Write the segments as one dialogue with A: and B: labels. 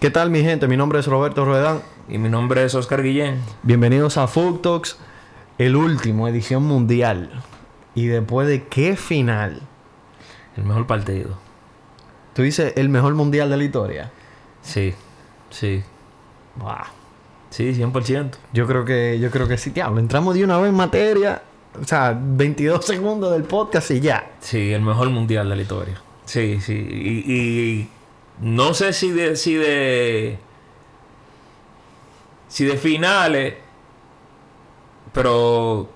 A: ¿Qué tal mi gente? Mi nombre es Roberto Ruedán.
B: Y mi nombre es Oscar Guillén.
A: Bienvenidos a Food Talks, el último, edición mundial. ¿Y después de qué final?
B: El mejor partido.
A: Tú dices el mejor mundial de la historia.
B: Sí, sí,
A: Buah.
B: sí, 100%.
A: Yo creo que, yo creo que sí, diablo. Entramos de una vez en materia. O sea, 22 segundos del podcast y ya.
B: Sí, el mejor mundial de la historia. Sí, sí. Y, y no sé si de, si de. Si de finales. Pero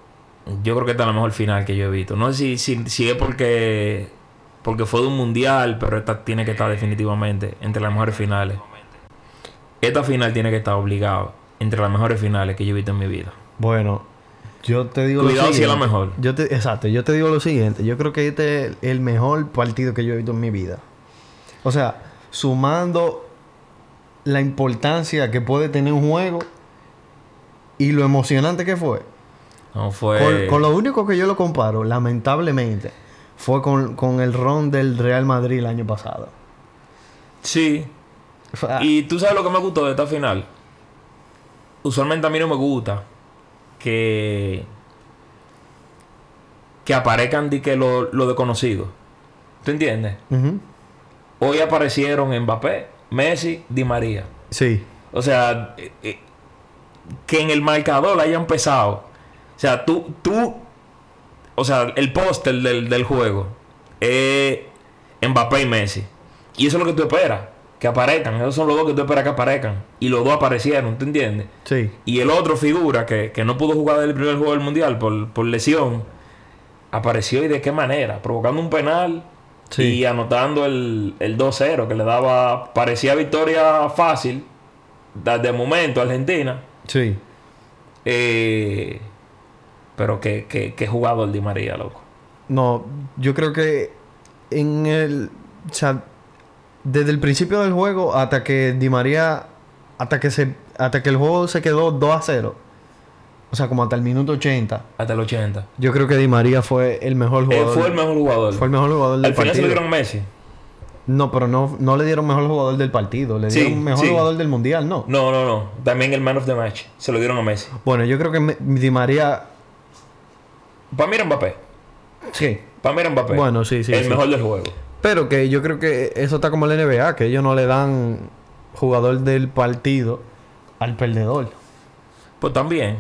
B: yo creo que esta es la mejor final que yo he visto. No sé si, si, si es porque. Porque fue de un mundial, pero esta tiene que estar definitivamente entre las mejores finales. Esta final tiene que estar obligada entre las mejores finales que yo he visto en mi vida.
A: Bueno, yo te digo
B: Cuidado
A: lo
B: si es
A: siguiente.
B: la mejor.
A: Yo te, exacto, yo te digo lo siguiente. Yo creo que este es el mejor partido que yo he visto en mi vida. O sea, sumando la importancia que puede tener un juego y lo emocionante que fue.
B: No fue.
A: Con, con lo único que yo lo comparo, lamentablemente, fue con, con el ron del Real Madrid el año pasado.
B: Sí,
A: O sea,
B: Y tú sabes lo que me gustó de esta final. Usualmente a mí no me gusta que. que aparezcan de que lo, lo desconocido. ¿Tú entiendes?
A: ujú.
B: Hoy aparecieron Mbappé, Messi, Di María.
A: Sí.
B: O sea, eh, eh, que en el marcador haya empezado. O sea, tú, tú, o sea, el póster del, del juego es Mbappé y Messi. Y eso es lo que tú esperas, que aparezcan. Esos son los dos que tú esperas que aparezcan. Y los dos aparecieron, ¿tú entiendes?
A: Sí.
B: Y el otro figura que, que no pudo jugar el primer juego del mundial por, por lesión, apareció y de qué manera, provocando un penal
A: Sí.
B: y anotando el, el 2-0 que le daba, parecía victoria fácil desde el momento a Argentina,
A: Sí.
B: Eh, pero qué, qué, qué jugador Di María, loco.
A: No, yo creo que en el. O sea, desde el principio del juego hasta que Di María. Hasta que, se, hasta que el juego se quedó 2 a 0. O sea, como hasta el minuto 80.
B: Hasta el 80.
A: Yo creo que Di María fue el mejor
B: Él
A: jugador.
B: fue el mejor jugador.
A: fue el mejor jugador del
B: Al final se
A: partido.
B: lo dieron a Messi.
A: No, pero no, no le dieron mejor jugador del partido. Le
B: Sí,
A: dieron mejor
B: sí.
A: jugador del mundial, ¿no?
B: No, no, no. También el man of the match. Se lo dieron a Messi.
A: Bueno, yo creo que me- Di María.
B: Para mí era Mbappé.
A: Sí.
B: Para mí era Mbappé.
A: Bueno, sí, sí,
B: El
A: sí.
B: mejor del juego.
A: Pero que yo creo que eso está como el NBA, que ellos no le dan jugador del partido al perdedor.
B: Pues también.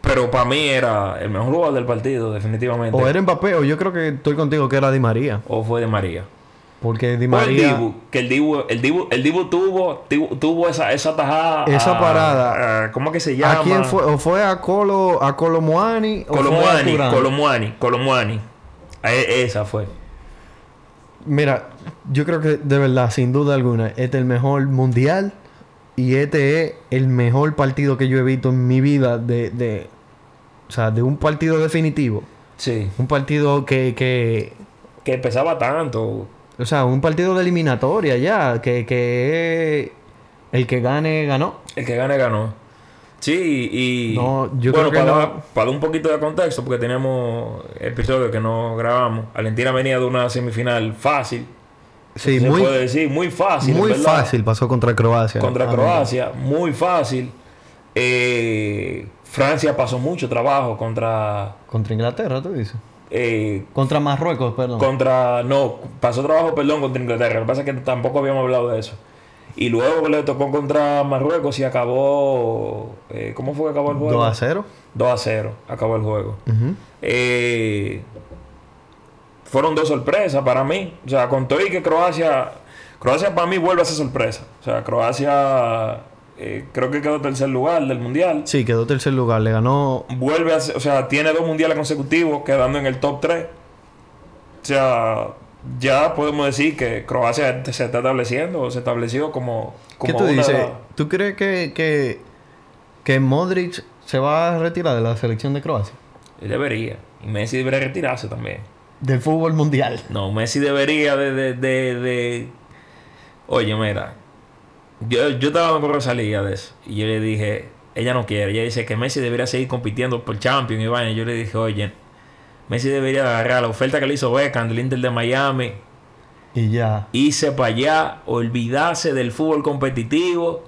B: Pero para mí era el mejor jugador del partido, definitivamente.
A: O era Mbappé, o yo creo que estoy contigo que era Di María.
B: O fue de María.
A: Porque Di
B: O el
A: María.
B: Dibu, que el Dibu, el Dibu, el Dibu tuvo, tuvo, tuvo esa, esa tajada.
A: Esa
B: a-
A: parada.
B: a- ¿Cómo que se llama?
A: ¿A quién fue? ¿O fue a Colo, a Colomuani? o fue a
B: Colomuani,
A: Turán?
B: Colomuani, Colomuani. E- esa fue.
A: Mira, yo creo que de verdad, sin duda alguna, este es el mejor mundial y este es el mejor partido que yo he visto en mi vida de, de o sea, de un partido definitivo.
B: Sí.
A: Un partido que, que
B: Que pesaba tanto.
A: o sea, un partido de eliminatoria ya, que, que el que gane ganó.
B: El que gane ganó. Sí, y.
A: No, yo creo
B: bueno,
A: que
B: para,
A: no.
B: dar- para dar un poquito de contexto, porque tenemos episodios que no grabamos. Argentina venía de una semifinal fácil.
A: Sí,
B: se
A: muy,
B: puede decir, muy fácil.
A: muy
B: ¿verdad?
A: fácil pasó contra Croacia.
B: Contra
A: Ah,
B: Croacia, muy fácil. Eh, Francia pasó mucho trabajo contra.
A: Contra Inglaterra, tú dices.
B: eh,
A: Contra Marruecos, perdón.
B: contra. No, pasó trabajo, perdón, contra Inglaterra. Lo que pasa es que tampoco habíamos hablado de eso. Y luego le tocó contra Marruecos y acabó. eh, ¿Cómo fue que acabó el juego?
A: 2 a 0.
B: 2 a 0. Acabó el juego. Eh, fueron dos sorpresas para mí. O sea, con todo y que Croacia. Croacia para mí vuelve a ser sorpresa. O sea, Croacia eh, creo que quedó tercer lugar del mundial.
A: Sí, quedó tercer lugar. Le ganó
B: Vuelve a ser- o sea, tiene dos mundiales consecutivos quedando en el top 3. O sea, ya podemos decir que Croacia se está estableciendo o se estableció como. como
A: ¿Qué tú
B: una-
A: dices? ¿Tú crees que, que, que Modric se va a retirar de la selección de Croacia?
B: Él debería. Y Messi debería retirarse también.
A: Del fútbol mundial.
B: No, Messi debería de... de, de, de- Oye, mira. Yo, yo estaba con Rosalía de eso. Y yo le dije... Ella no quiere. Ella dice que Messi debería seguir compitiendo por Champions y vaina. Y yo le dije, oye... Messi debería agarrar la oferta que le hizo Beckham del Inter de Miami.
A: Y ya.
B: irse para allá, olvidarse del fútbol competitivo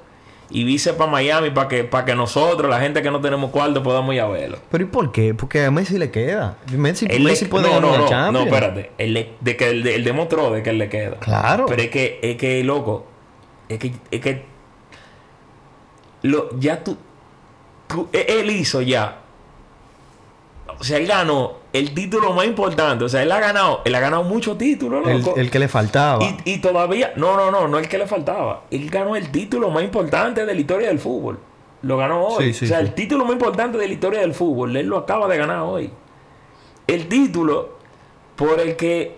B: y irse para Miami para que, para que nosotros, la gente que no tenemos cuarto, podamos ir a verlo.
A: Pero ¿y por qué? Porque a Messi le queda. Messi,
B: Él le-
A: Messi puede
B: no,
A: ganar
B: no,
A: una
B: no,
A: Champions.
B: no, espérate. Él, le- de que, él, él demostró de que él le queda.
A: Claro.
B: Pero es que, es que, loco, es que, es que, lo, ya tú, tú- e- él hizo ya, o sea, él ganó el título más importante, o sea, él ha ganado, él ha ganado muchos títulos,
A: el,
B: loco.
A: el que le faltaba.
B: y, y todavía, no, no, no, no el que le faltaba, él ganó el título más importante de la historia del fútbol, lo ganó hoy,
A: Sí, sí,
B: o sea,
A: sí.
B: el título más importante de la historia del fútbol, él lo acaba de ganar hoy, el título por el que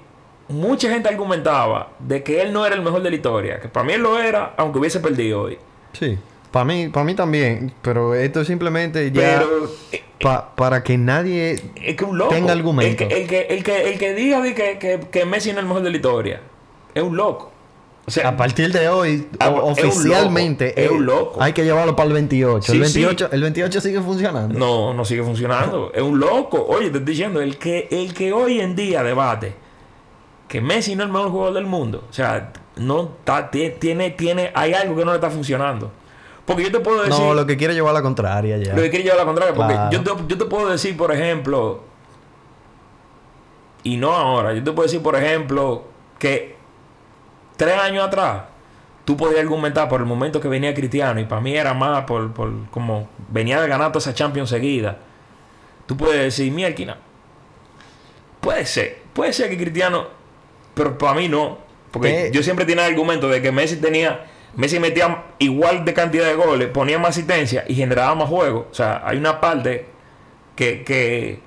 B: mucha gente argumentaba de que él no era el mejor de la historia, que para mí él lo era, aunque hubiese perdido hoy.
A: Sí. Para mí, para mí también. Pero esto es simplemente ya
B: Pero eh,
A: pa- para que nadie...
B: es que un loco.
A: Tenga argumento.
B: El que, el que, el que, el que diga de que, que- que Messi no es el mejor de la historia es un loco. O sea,
A: A partir de hoy,
B: Ah,
A: o-
B: es un loco,
A: oficialmente,
B: es un
A: eh,
B: loco.
A: hay que llevarlo para el 28. el,
B: Sí, sí.
A: 28 el 28 sigue funcionando.
B: no, no sigue funcionando. Es un loco. Oye, te estoy diciendo, el que, el que hoy en día debate que Messi no es el mejor jugador del mundo. O sea, no está, tie- tiene, tiene, hay algo que no le está funcionando. Porque yo te puedo
A: No,
B: decir.
A: lo que quiere llevar la contraria ya.
B: Lo que quiere llevar la contraria. Porque
A: Claro.
B: yo, te, yo te puedo decir, por ejemplo, y no ahora, yo te puedo decir, por ejemplo, que tres años atrás tú podías argumentar por el momento que venía Cristiano, y para mí era más por, por como venía de ganar toda esa Champions seguida. Tú puedes decir, mierda, puede ser, puede ser que Cristiano, pero para mí no. Porque
A: Eh.
B: yo siempre tenía el argumento de que Messi tenía. Messi metía igual de cantidad de goles, ponía más asistencia y generaba más juego. O sea, hay una parte que. que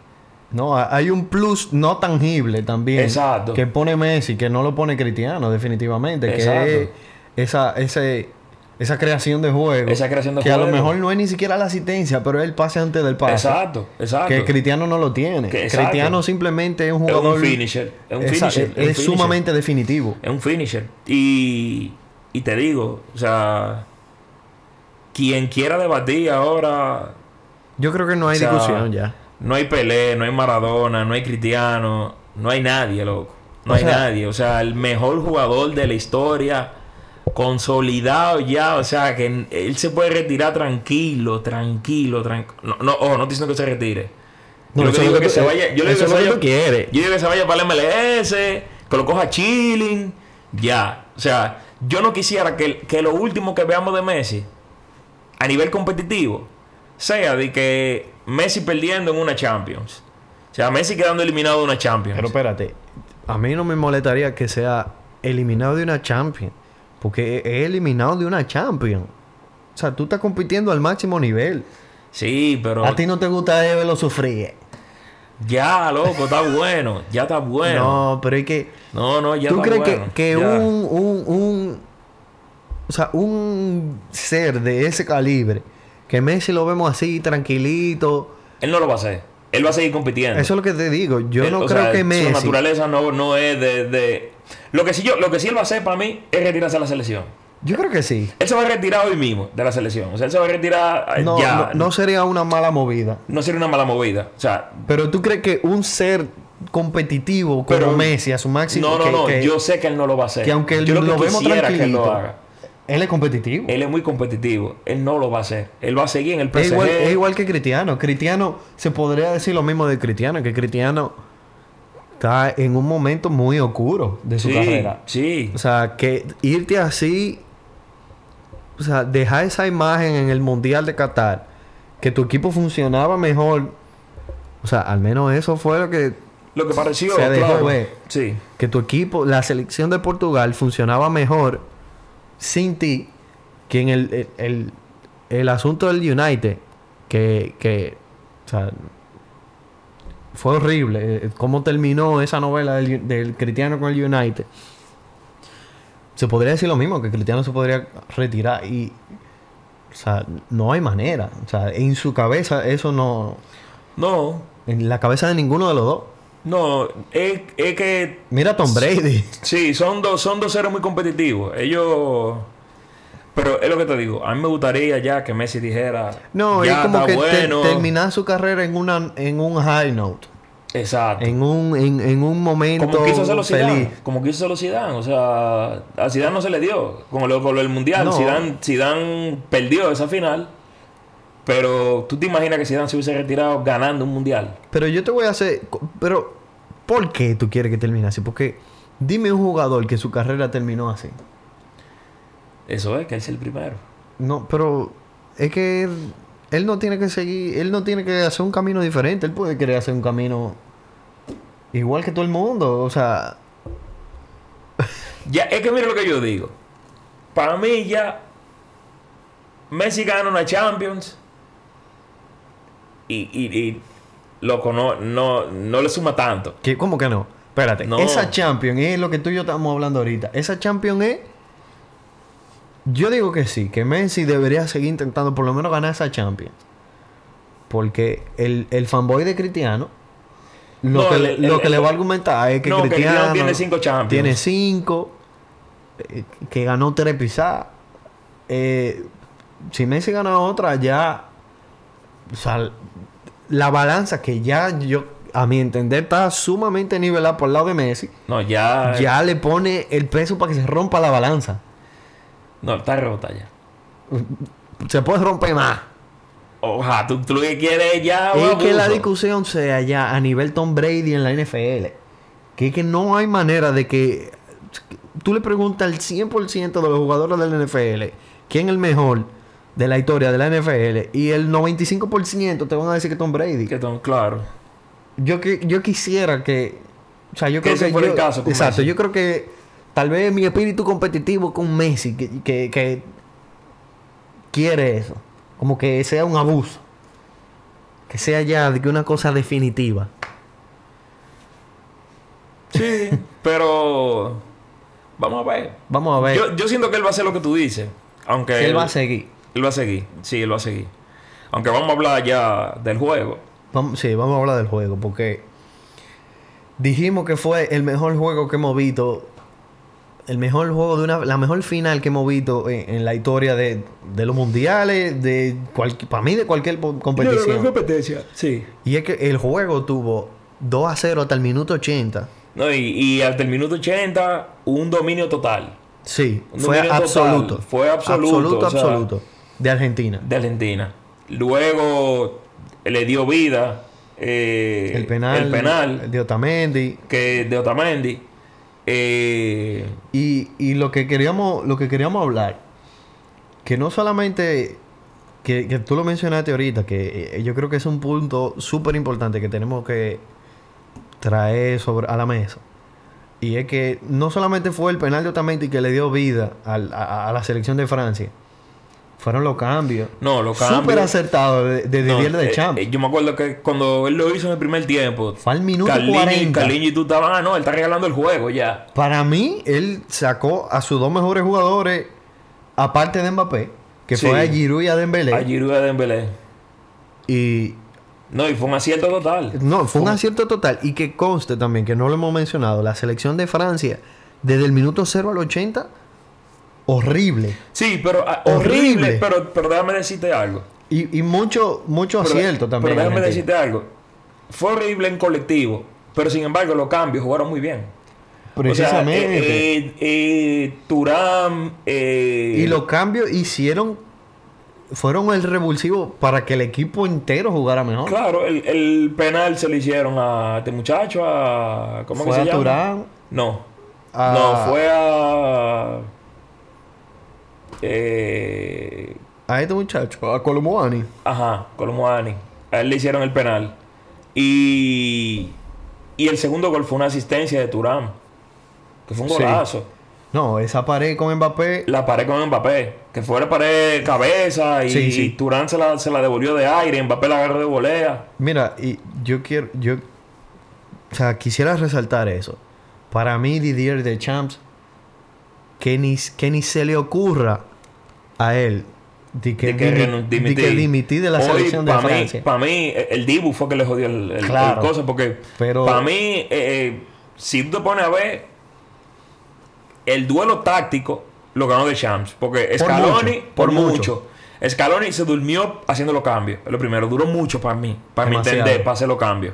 A: No, ha- hay un plus no tangible también.
B: Exacto.
A: Que pone Messi, que no lo pone Cristiano, definitivamente. Que es
B: Exacto.
A: esa, ese- esa creación de juego.
B: Esa creación de
A: que a lo
B: juego.
A: mejor no es ni siquiera la asistencia, pero es el pase antes del pase.
B: exacto, exacto.
A: Que Cristiano no lo tiene.
B: Que- exacto.
A: Cristiano simplemente es un
B: es
A: jugador.
B: un finisher. Es un
A: Esa-
B: finisher.
A: es- es
B: un finisher.
A: sumamente definitivo.
B: Es un finisher. Y, y te digo, o sea, quien quiera debatir ahora,
A: Yo creo que no hay
B: O sea,
A: discusión ya.
B: no hay Pelé, no hay Maradona, no hay Cristiano, no hay nadie, loco. No
A: O
B: hay
A: sea-
B: nadie. O sea, el mejor jugador de la historia, consolidado ya, o sea, que n- él se puede retirar tranquilo, tranquilo, tranquilo. No, no, ojo, no estoy diciendo que se retire. Yo lo que
A: eso es
B: digo
A: lo
B: es que
A: tú-
B: se vaya. Yo le
A: eso es
B: digo que se
A: lo que tú
B: vaya.
A: quieres.
B: Yo digo que se vaya para el MLS, que lo coja chilling, ya. O sea, yo no quisiera que, que lo último que veamos de Messi a nivel competitivo sea de que Messi perdiendo en una Champions. O sea, Messi quedando eliminado de una Champions.
A: Pero espérate, a mí no me molestaría que sea eliminado de una Champions. Porque es eliminado de una Champions. O sea, tú estás compitiendo al máximo nivel.
B: sí, pero
A: A ti no te gusta eh, verlo sufrir.
B: ya, loco, está bueno. Ya está bueno.
A: No, pero es que.
B: No, no, ya
A: ¿Tú
B: está
A: crees
B: bueno.
A: que, que
B: ya.
A: un, un, un. O sea, un ser de ese calibre. Que Messi lo vemos así, tranquilito.
B: Él no lo va a hacer. Él va a seguir compitiendo.
A: Eso es lo que te digo. Yo
B: Él,
A: no
B: Eh, o
A: creo
B: sea,
A: que Messi.
B: Su naturaleza no, no es de, de- Lo que sí yo, lo que sí él va a hacer para mí es retirarse a la selección.
A: Yo creo que sí.
B: Él se va a retirar hoy mismo de la selección. O sea, él se va a retirar eh,
A: No,
B: ya.
A: no, no sería una mala movida.
B: No sería una mala movida. O sea,
A: Pero tú crees que un ser competitivo como
B: Pero-
A: Messi a su máximo.
B: no, no,
A: que,
B: no.
A: que-
B: yo sé que él no lo va a hacer.
A: que aunque
B: yo
A: lo, vemos
B: quisiera que él lo
A: tranquilito.
B: haga.
A: Él es competitivo.
B: Él es muy competitivo. Él no lo va a hacer. Él va a seguir en el PSG.
A: es, igual, es igual que Cristiano. Cristiano, se podría decir lo mismo de Cristiano, que Cristiano está en un momento muy oscuro de su
B: sí,
A: carrera.
B: sí.
A: O sea, que irte así, o sea, dejar esa imagen en el Mundial de Qatar, que tu equipo funcionaba mejor, o sea, al menos eso fue lo que
B: Lo que pareció.
A: se dejó
B: claro.
A: ver.
B: Sí.
A: que tu equipo, la selección de Portugal funcionaba mejor sin ti que en el, el, el- el asunto del United, que, que o sea, fue horrible. eh, Cómo terminó esa novela del, del Cristiano con el United. Se podría decir lo mismo, que Cristiano se podría retirar y... O sea, no hay manera. O sea, en su cabeza eso no...
B: No,
A: En la cabeza de ninguno de los dos.
B: no. Es, es que
A: Mira a Tom Brady.
B: Sí, son dos, son dos seres muy competitivos. Ellos. Pero es lo que te digo. A mí me gustaría ya que Messi dijera.
A: No,
B: ya
A: es como
B: está
A: que te-
B: bueno.
A: terminar su carrera en, una, en un high note.
B: Exacto.
A: En un, en, en un momento
B: Como quiso hacerlo
A: feliz.
B: Zidane. Como quiso hacerlo Zidane. O sea, a Zidane no se le dio. Como lo, con lo del Mundial.
A: No.
B: Zidane, Zidane perdió esa final. Pero tú te imaginas que Zidane se hubiese retirado ganando un Mundial.
A: Pero yo te voy a hacer. co- Pero, ¿por qué tú quieres que termine así? Porque dime un jugador que su carrera terminó así.
B: Eso es, que él es el primero.
A: No, pero es que él, él no tiene que seguir. Él no tiene que hacer un camino diferente. Él puede querer hacer un camino igual que todo el mundo. O sea,
B: Ya, es que mira lo que yo digo. Para mí ya Messi gana una Champions y, y, y, loco, no, no, no le suma tanto.
A: que, ¿cómo que no? Espérate,
B: No.
A: esa Champion es lo que tú y yo estamos hablando ahorita. Esa Champion es. Yo digo que sí, que Messi debería seguir intentando por lo menos ganar esa Champion. Porque el, el fanboy de Cristiano. Lo
B: No,
A: que,
B: el-
A: le,
B: el-
A: lo
B: el-
A: que le va a
B: el-
A: argumentar es que
B: no, que Cristiano
A: Cristiano
B: tiene cinco Champions.
A: Tiene cinco. eh, Que ganó tres pisadas. Eh, si Messi gana otra, ya. O sea, la balanza que ya yo, a mi entender, está sumamente nivelada por el lado de Messi,
B: No, ya,
A: ya le pone el peso para que se rompa la balanza.
B: No, está rota ya.
A: Se puede romper más.
B: Oja, tú, tú lo que quieres es ya. un
A: es que la
B: abuso.
A: discusión sea ya a nivel Tom Brady en la NFL. Que es que no hay manera de que. Tú le preguntas al 100% de los jugadores de la NFL quién es el mejor de la historia de la NFL y el 95% te van a decir que Tom Brady.
B: Que ton- claro.
A: Yo, que, yo quisiera que. O sea, yo
B: Que
A: creo
B: ese
A: que.
B: fuera el
A: yo-
B: caso con
A: exacto,
B: Messi.
A: yo creo que. Tal vez mi espíritu competitivo con Messi, que, que- que quiere eso. Como que sea un abuso. Que sea ya de que una cosa definitiva.
B: Sí, pero. Vamos a ver.
A: Vamos a ver.
B: Yo, yo siento que él va a hacer lo que tú dices. Aunque.
A: él va a seguir.
B: Él va a seguir. Sí, él va a seguir. Aunque vamos a hablar ya del juego.
A: Vamos, sí, vamos a hablar del juego, porque dijimos que fue el mejor juego que hemos visto, el mejor juego de una, la mejor final que hemos visto en, en la historia de, de los mundiales, de para mí de cualquier po- competición.
B: competencia. Sí.
A: Y es que el juego tuvo 2 a 0 hasta el minuto 80.
B: No, y, y hasta el minuto 80, un dominio total
A: Sí,
B: Un
A: fue
B: dominio
A: absoluto.
B: total. Fue absoluto,
A: Absoluto,
B: o sea-
A: absoluto. De Argentina.
B: de Argentina. Luego le dio vida eh,
A: el penal.
B: el penal
A: De Otamendi.
B: que de Otamendi. Eh,
A: Y, y lo que queríamos, lo que queríamos hablar, que no solamente que, que tú lo mencionaste ahorita, que eh, yo creo que es un punto súper importante que tenemos que traer sobre, a la mesa. Y es que no solamente fue el penal de Otamendi que le dio vida al- a, a la selección de Francia, fueron los cambios.
B: no, lo cambios...
A: Súper acertados de, de
B: No,
A: Didier
B: eh,
A: Deschamps.
B: eh, yo me acuerdo que cuando él lo hizo en el primer tiempo.
A: Fue al minuto
B: Carliño-
A: 40.
B: Carliño y tú estaban, ah, no, él está regalando el juego ya.
A: Para mí, él sacó a sus dos mejores jugadores, aparte de Mbappé, que
B: Sí.
A: fue a Giroud y a Dembélé.
B: A Giroud y a Dembélé.
A: Y
B: No, y fue un acierto total.
A: no, fue un acierto total. Y que conste también, que no lo hemos mencionado, la selección de Francia, desde el minuto 0 al 80, horrible.
B: Sí, pero ah,
A: Horrible.
B: horrible. Pero, pero déjame decirte algo.
A: Y, y mucho, mucho
B: Pero-
A: acierto también.
B: Pero déjame
A: Argentina.
B: decirte algo. Fue horrible en colectivo, pero sin embargo los cambios jugaron muy bien. O sea,
A: Precisamente.
B: eh, eh, eh, Thuram, eh,
A: y los cambios hicieron, fueron el revulsivo para que el equipo entero jugara mejor.
B: Claro, el, el penal se lo hicieron a este muchacho, a... ¿Cómo
A: fue
B: que
A: a
B: se llama?
A: Turán,
B: No.
A: a-
B: No, fue a... Eh,
A: a este muchacho, a Colomboani.
B: ajá, Colomboani. A él le hicieron el penal. Y... Y el segundo gol fue una asistencia de Turán. Que fue un
A: Sí.
B: golazo.
A: No, esa pared con Mbappé
B: La pared con Mbappé. Que fue la pared de cabeza y,
A: Sí, sí.
B: y Turán se la, se la devolvió de aire. Mbappé la agarró de volea.
A: Mira, y yo quiero, yo, o sea, quisiera resaltar eso. Para mí, Didier de Champs, que ni, que ni se le ocurra a él de que,
B: de que,
A: dimi-
B: renun-
A: de que
B: dimití.
A: dimití de la
B: Hoy,
A: selección de
B: pa' mí-
A: Francia.
B: pa' mí, eh, el Dibu fue que le jodió el, el-
A: Claro.
B: el cosa. Porque
A: Pero-
B: para mí, eh, eh, si tú te pones a ver, el duelo táctico lo ganó de Champs. Porque Scaloni,
A: mucho, por
B: por,
A: mucho.
B: mucho. Scaloni se durmió haciendo los cambios. Lo primero, duró mucho para mí. Para mi
A: Demasiado.
B: entender, para hacer los cambios.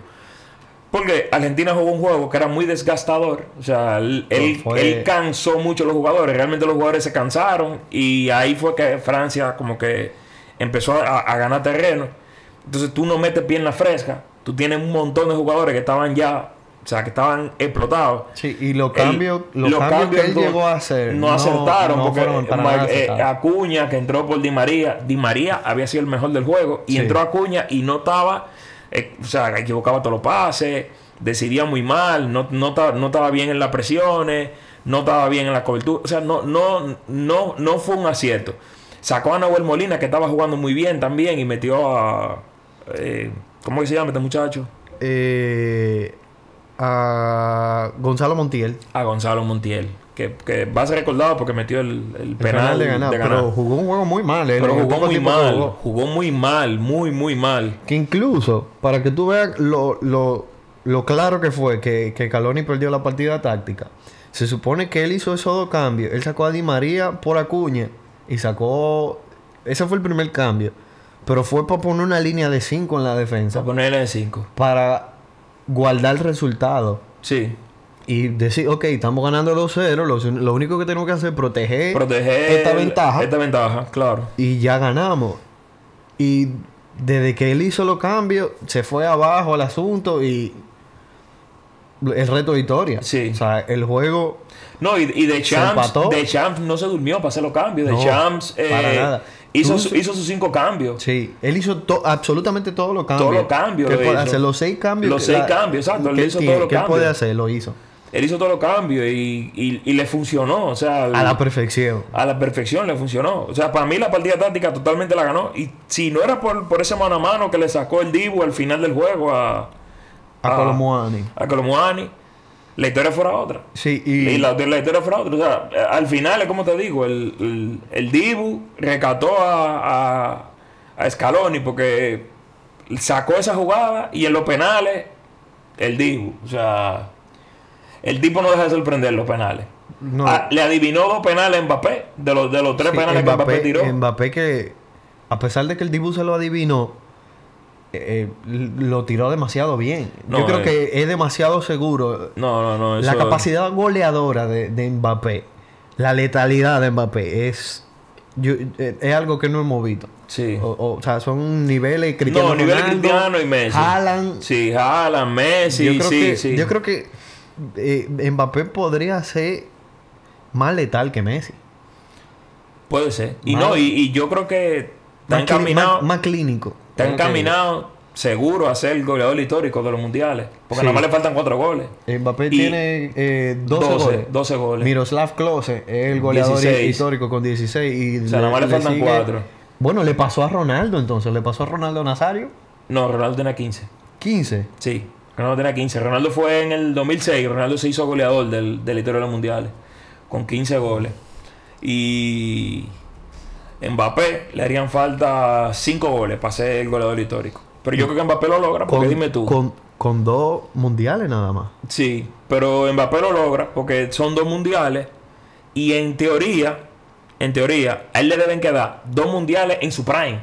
B: Porque Argentina jugó un juego que era muy desgastador. O sea, él, él-
A: fue-
B: él cansó mucho a los jugadores. Realmente los jugadores se cansaron. Y ahí fue que Francia como que empezó a, a ganar terreno. Entonces tú no metes pierna fresca. Tú tienes un montón de jugadores que estaban ya... O sea, que estaban explotados.
A: Sí, y los
B: El-
A: cambios, los
B: los
A: cambios que él
B: cambios
A: llegó a hacer
B: No, acertaron
A: no fueron
B: porque
A: para
B: Ma-
A: nada
B: eh,
A: acertados.
B: Acuña que entró por Di María, Di María había sido el mejor del juego y
A: Sí.
B: entró Acuña y no estaba, eh, o sea, equivocaba todos los pases, decidía muy mal, no, no, ta- no estaba bien en las presiones, no estaba bien en la cobertura, o sea, no, no, no, no fue un acierto. Sacó a Nahuel Molina que estaba jugando muy bien también y metió a... eh, ¿Cómo que se llama este muchacho?
A: Eh, a Gonzalo Montiel.
B: A Gonzalo Montiel, que, que va a ser recordado porque metió el, el
A: El penal de ganar, pero jugó un juego muy mal. eh,
B: Pero
A: en el
B: jugó
A: poco
B: muy
A: tiempo que
B: mal. Jugó.
A: jugó.
B: muy mal, muy, muy mal.
A: Que incluso, para que tú veas lo, lo, lo claro que fue que, que Caloni perdió la partida táctica, se supone que él hizo esos dos cambios. Él sacó a Di María por Acuña y sacó. Ese fue el primer cambio. Pero fue para poner una línea de 5 en la defensa
B: Vamos a ponerle de 5.
A: para guardar el resultado.
B: Sí.
A: Y decir, ok, estamos ganando 2-0. Lo, lo único que tenemos que hacer es proteger,
B: Proteger
A: esta ventaja
B: Esta ventaja, claro.
A: y ya ganamos. Y desde que él hizo los cambios, se fue abajo al asunto y el reto de victoria.
B: Sí.
A: O sea, el juego
B: No, y, y de Champs,
A: empató.
B: de Champs no se durmió para hacer los cambios. De
A: No,
B: Champs eh,
A: para nada.
B: hizo,
A: Tú-
B: su- hizo sus cinco cambios.
A: Sí, él hizo to- absolutamente todos los cambios.
B: Todos los cambios
A: Que
B: lo
A: puede
B: hizo.
A: hacer los seis cambios.
B: Los
A: que
B: seis cambios, exacto, él
A: que
B: hizo
A: tiene,
B: todos los
A: que él puede
B: cambios.
A: hacer, lo hizo.
B: Él hizo todos los cambios y, y- y le funcionó. O sea,
A: A la perfección.
B: a la perfección le funcionó. O sea, para mí la partida táctica totalmente la ganó. Y si no era por, por ese mano a mano que le sacó el Divo al final del juego a,
A: A
B: Ah.
A: Colomuani.
B: a Colomuani, la historia fuera otra.
A: Sí,
B: Y,
A: y,
B: la, la historia fuera otra. O sea, eh, al final es como te digo, el, el, el Dibu recató a, a, a Scaloni porque sacó esa jugada y en los penales, el Dibu. O sea, el tipo no deja de sorprender los penales.
A: no,
B: Ah, le adivinó dos penales a Mbappé, de los, de los tres
A: sí,
B: penales que Mbappé tiró.
A: Mbappé que, a pesar de que el Dibu se lo adivinó, eh, eh, lo tiró demasiado bien.
B: No,
A: Yo creo
B: eh.
A: que es demasiado seguro.
B: No, no, no.
A: La
B: eso-
A: capacidad goleadora de, de Mbappé, la letalidad de Mbappé, es, yo- eh, es algo que no hemos visto.
B: Sí.
A: O, o- o sea, son niveles cristianos.
B: No, nivel Cristiano y Messi.
A: Haaland.
B: Sí, Haaland, Messi,
A: yo creo
B: sí,
A: que,
B: sí.
A: Yo creo que eh, Mbappé podría ser más letal que Messi.
B: Puede ser. Y
A: Más-
B: no, y, y yo creo que está
A: Más, cli-
B: encaminado,
A: más- más clínico.
B: está
A: Creo que
B: encaminado seguro a ser el goleador histórico de los mundiales. Porque
A: Sí.
B: nada más le faltan cuatro goles.
A: Mbappé
B: Y-
A: tiene eh, 12, goles.
B: 12 goles.
A: Miroslav Klose es el goleador
B: 16.
A: histórico con 16. Y
B: O sea, nada más le faltan cuatro.
A: Bueno, le pasó a Ronaldo entonces. Le pasó a Ronaldo Nazario.
B: No, Ronaldo tenía 15.
A: 15.
B: Sí, Ronaldo tenía 15. Ronaldo fue en el 2006. Ronaldo se hizo goleador del, del historia de los mundiales. Con 15 goles. Y. Mbappé le harían falta 5 goles para ser el goleador histórico. Pero yo creo que Mbappé lo logra, Ah, porque
A: Con,
B: dime tú.
A: Con, con dos mundiales nada más.
B: Sí, pero Mbappé lo logra porque son dos mundiales y en teoría, en teoría, a él le deben quedar dos mundiales en su prime.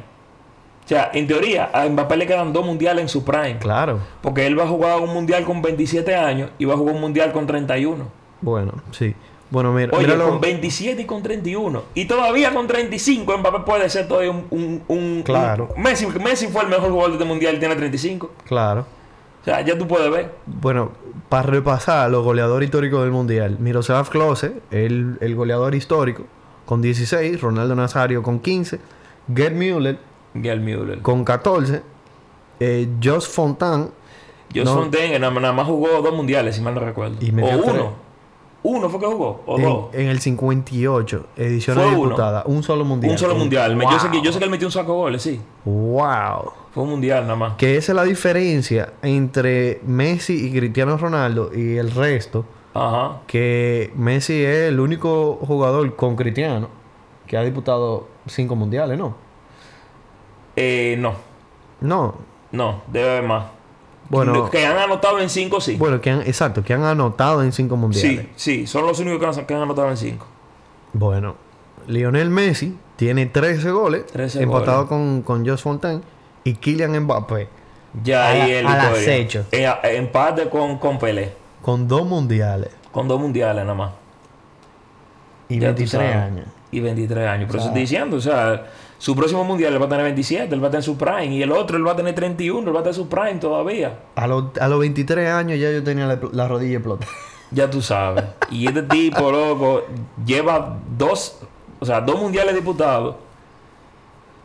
B: O sea, en teoría, a Mbappé le quedan dos mundiales en su prime.
A: Claro.
B: Porque él va a jugar un mundial con 27 años y va a jugar un mundial con 31.
A: Bueno, sí. Bueno, mira,
B: Oye,
A: mira lo-
B: con 27 y con 31. Y todavía con 35 Mbappé puede ser todavía un... un- un-
A: Claro.
B: un- Messi, Messi fue el mejor jugador de este mundial, tiene 35.
A: Claro.
B: O sea, ya tú puedes ver.
A: Bueno, para repasar los goleadores históricos del Mundial, Miroslav Klose, el, el goleador histórico, con 16, Ronaldo Nazario con 15, Gerd Müller
B: Gail Müller.
A: con 14, eh, Jos Fontan,
B: Yo
A: No.
B: Fontaine nada, nada más jugó dos mundiales, si mal no recuerdo.
A: Y
B: o
A: metió
B: uno.
A: tres.
B: Uno fue que jugó, o
A: en,
B: dos.
A: en el 58, edición
B: Oh, Fue uno.
A: disputada, un solo Mundial.
B: Un solo mundial. Me-
A: Wow.
B: Yo, sé que, yo sé que él metió un saco de goles, sí.
A: Wow.
B: Fue un mundial nada más.
A: Que esa es la diferencia entre Messi y Cristiano Ronaldo y el resto,
B: Ajá.
A: que Messi es el único jugador con Cristiano que ha disputado cinco Mundiales, ¿no?
B: Eh, no,
A: No.
B: no, debe haber más.
A: Bueno,
B: que han anotado en cinco, sí.
A: bueno que han, exacto, que han anotado en cinco mundiales.
B: sí, sí, son los únicos que han, que han anotado en cinco.
A: Bueno, Lionel Messi tiene 13 goles,
B: 13
A: empatado
B: goles.
A: con, con Josh Fontaine y Kylian Mbappé
B: Ya
A: A
B: ahí
A: la-
B: el
A: al
B: Victoria.
A: acecho.
B: En- empate con, con Pelé.
A: Con dos mundiales
B: Con dos mundiales nada más.
A: y
B: Ya tú
A: 23
B: sabes.
A: años.
B: Y 23 años. Por eso estoy diciendo, o sea, su próximo mundial él va a tener 27, él va a tener su prime. Y el otro él va a tener 31, él va a tener su prime todavía.
A: A los, a los 23 años ya yo tenía la, la rodilla explotada.
B: Ya tú sabes. Y este tipo, loco, lleva dos, o sea, dos mundiales disputados.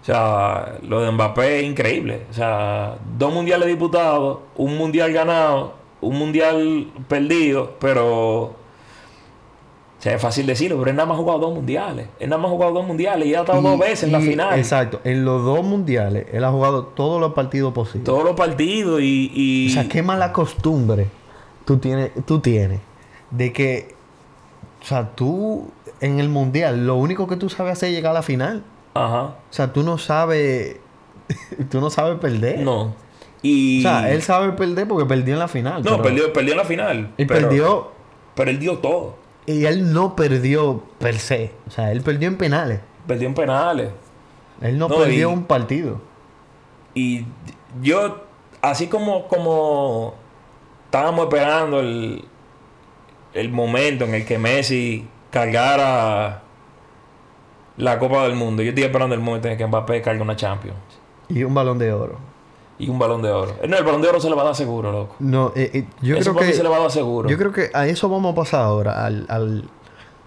B: O sea, lo de Mbappé es increíble. O sea, dos mundiales disputados, un mundial ganado, un mundial perdido, pero. O sea, es fácil decirlo, pero él nada más ha jugado dos mundiales. Él nada más ha jugado dos mundiales y ha estado
A: Y-
B: dos veces en la
A: y-
B: final.
A: Exacto. En los dos mundiales, él ha jugado todos los partidos posibles.
B: Todos los partidos y. y-
A: O sea, qué mala costumbre tú tienes, tú tienes de que, o sea, tú en el mundial lo único que tú sabes hacer es llegar a la final.
B: Ajá.
A: O sea, tú no sabes, tú no sabes perder.
B: No. Y.
A: O sea, él sabe perder porque perdió en la final.
B: No,
A: pero-
B: perdió, perdió en la final.
A: Él
B: pero-
A: perdió
B: Pero él dio todo.
A: y él no perdió per se. O sea, él perdió en penales.
B: Perdió en penales.
A: Él no,
B: No,
A: perdió
B: y-
A: un partido.
B: Y yo, así como, como estábamos esperando el, el momento en el que Messi cargara la Copa del Mundo, yo estoy esperando el momento en el que Mbappé cargue una Champions
A: Y un balón de oro.
B: y un balón de oro. No, el balón de oro se le va a dar seguro, loco.
A: No, eh, eh, yo
B: Eso
A: creo
B: para mí se le
A: que.
B: va a dar seguro.
A: Yo creo que a eso vamos a pasar ahora, al, al,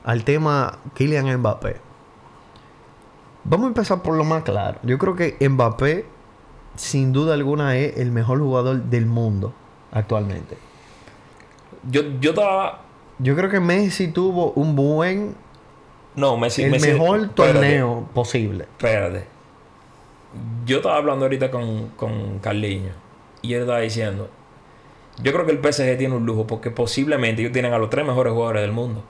A: al tema Kylian Mbappé. Vamos a empezar por lo más claro. Yo creo que Mbappé, sin duda alguna, es el mejor jugador del mundo actualmente.
B: Yo, yo estaba.
A: Yo creo que Messi tuvo un buen,
B: No, Messi.
A: el
B: Messi-
A: mejor
B: espérate,
A: torneo posible.
B: Espérate. Yo estaba hablando ahorita con, con Carliño y él estaba diciendo, yo creo que el PSG tiene un lujo porque posiblemente ellos tienen a los tres mejores jugadores del mundo.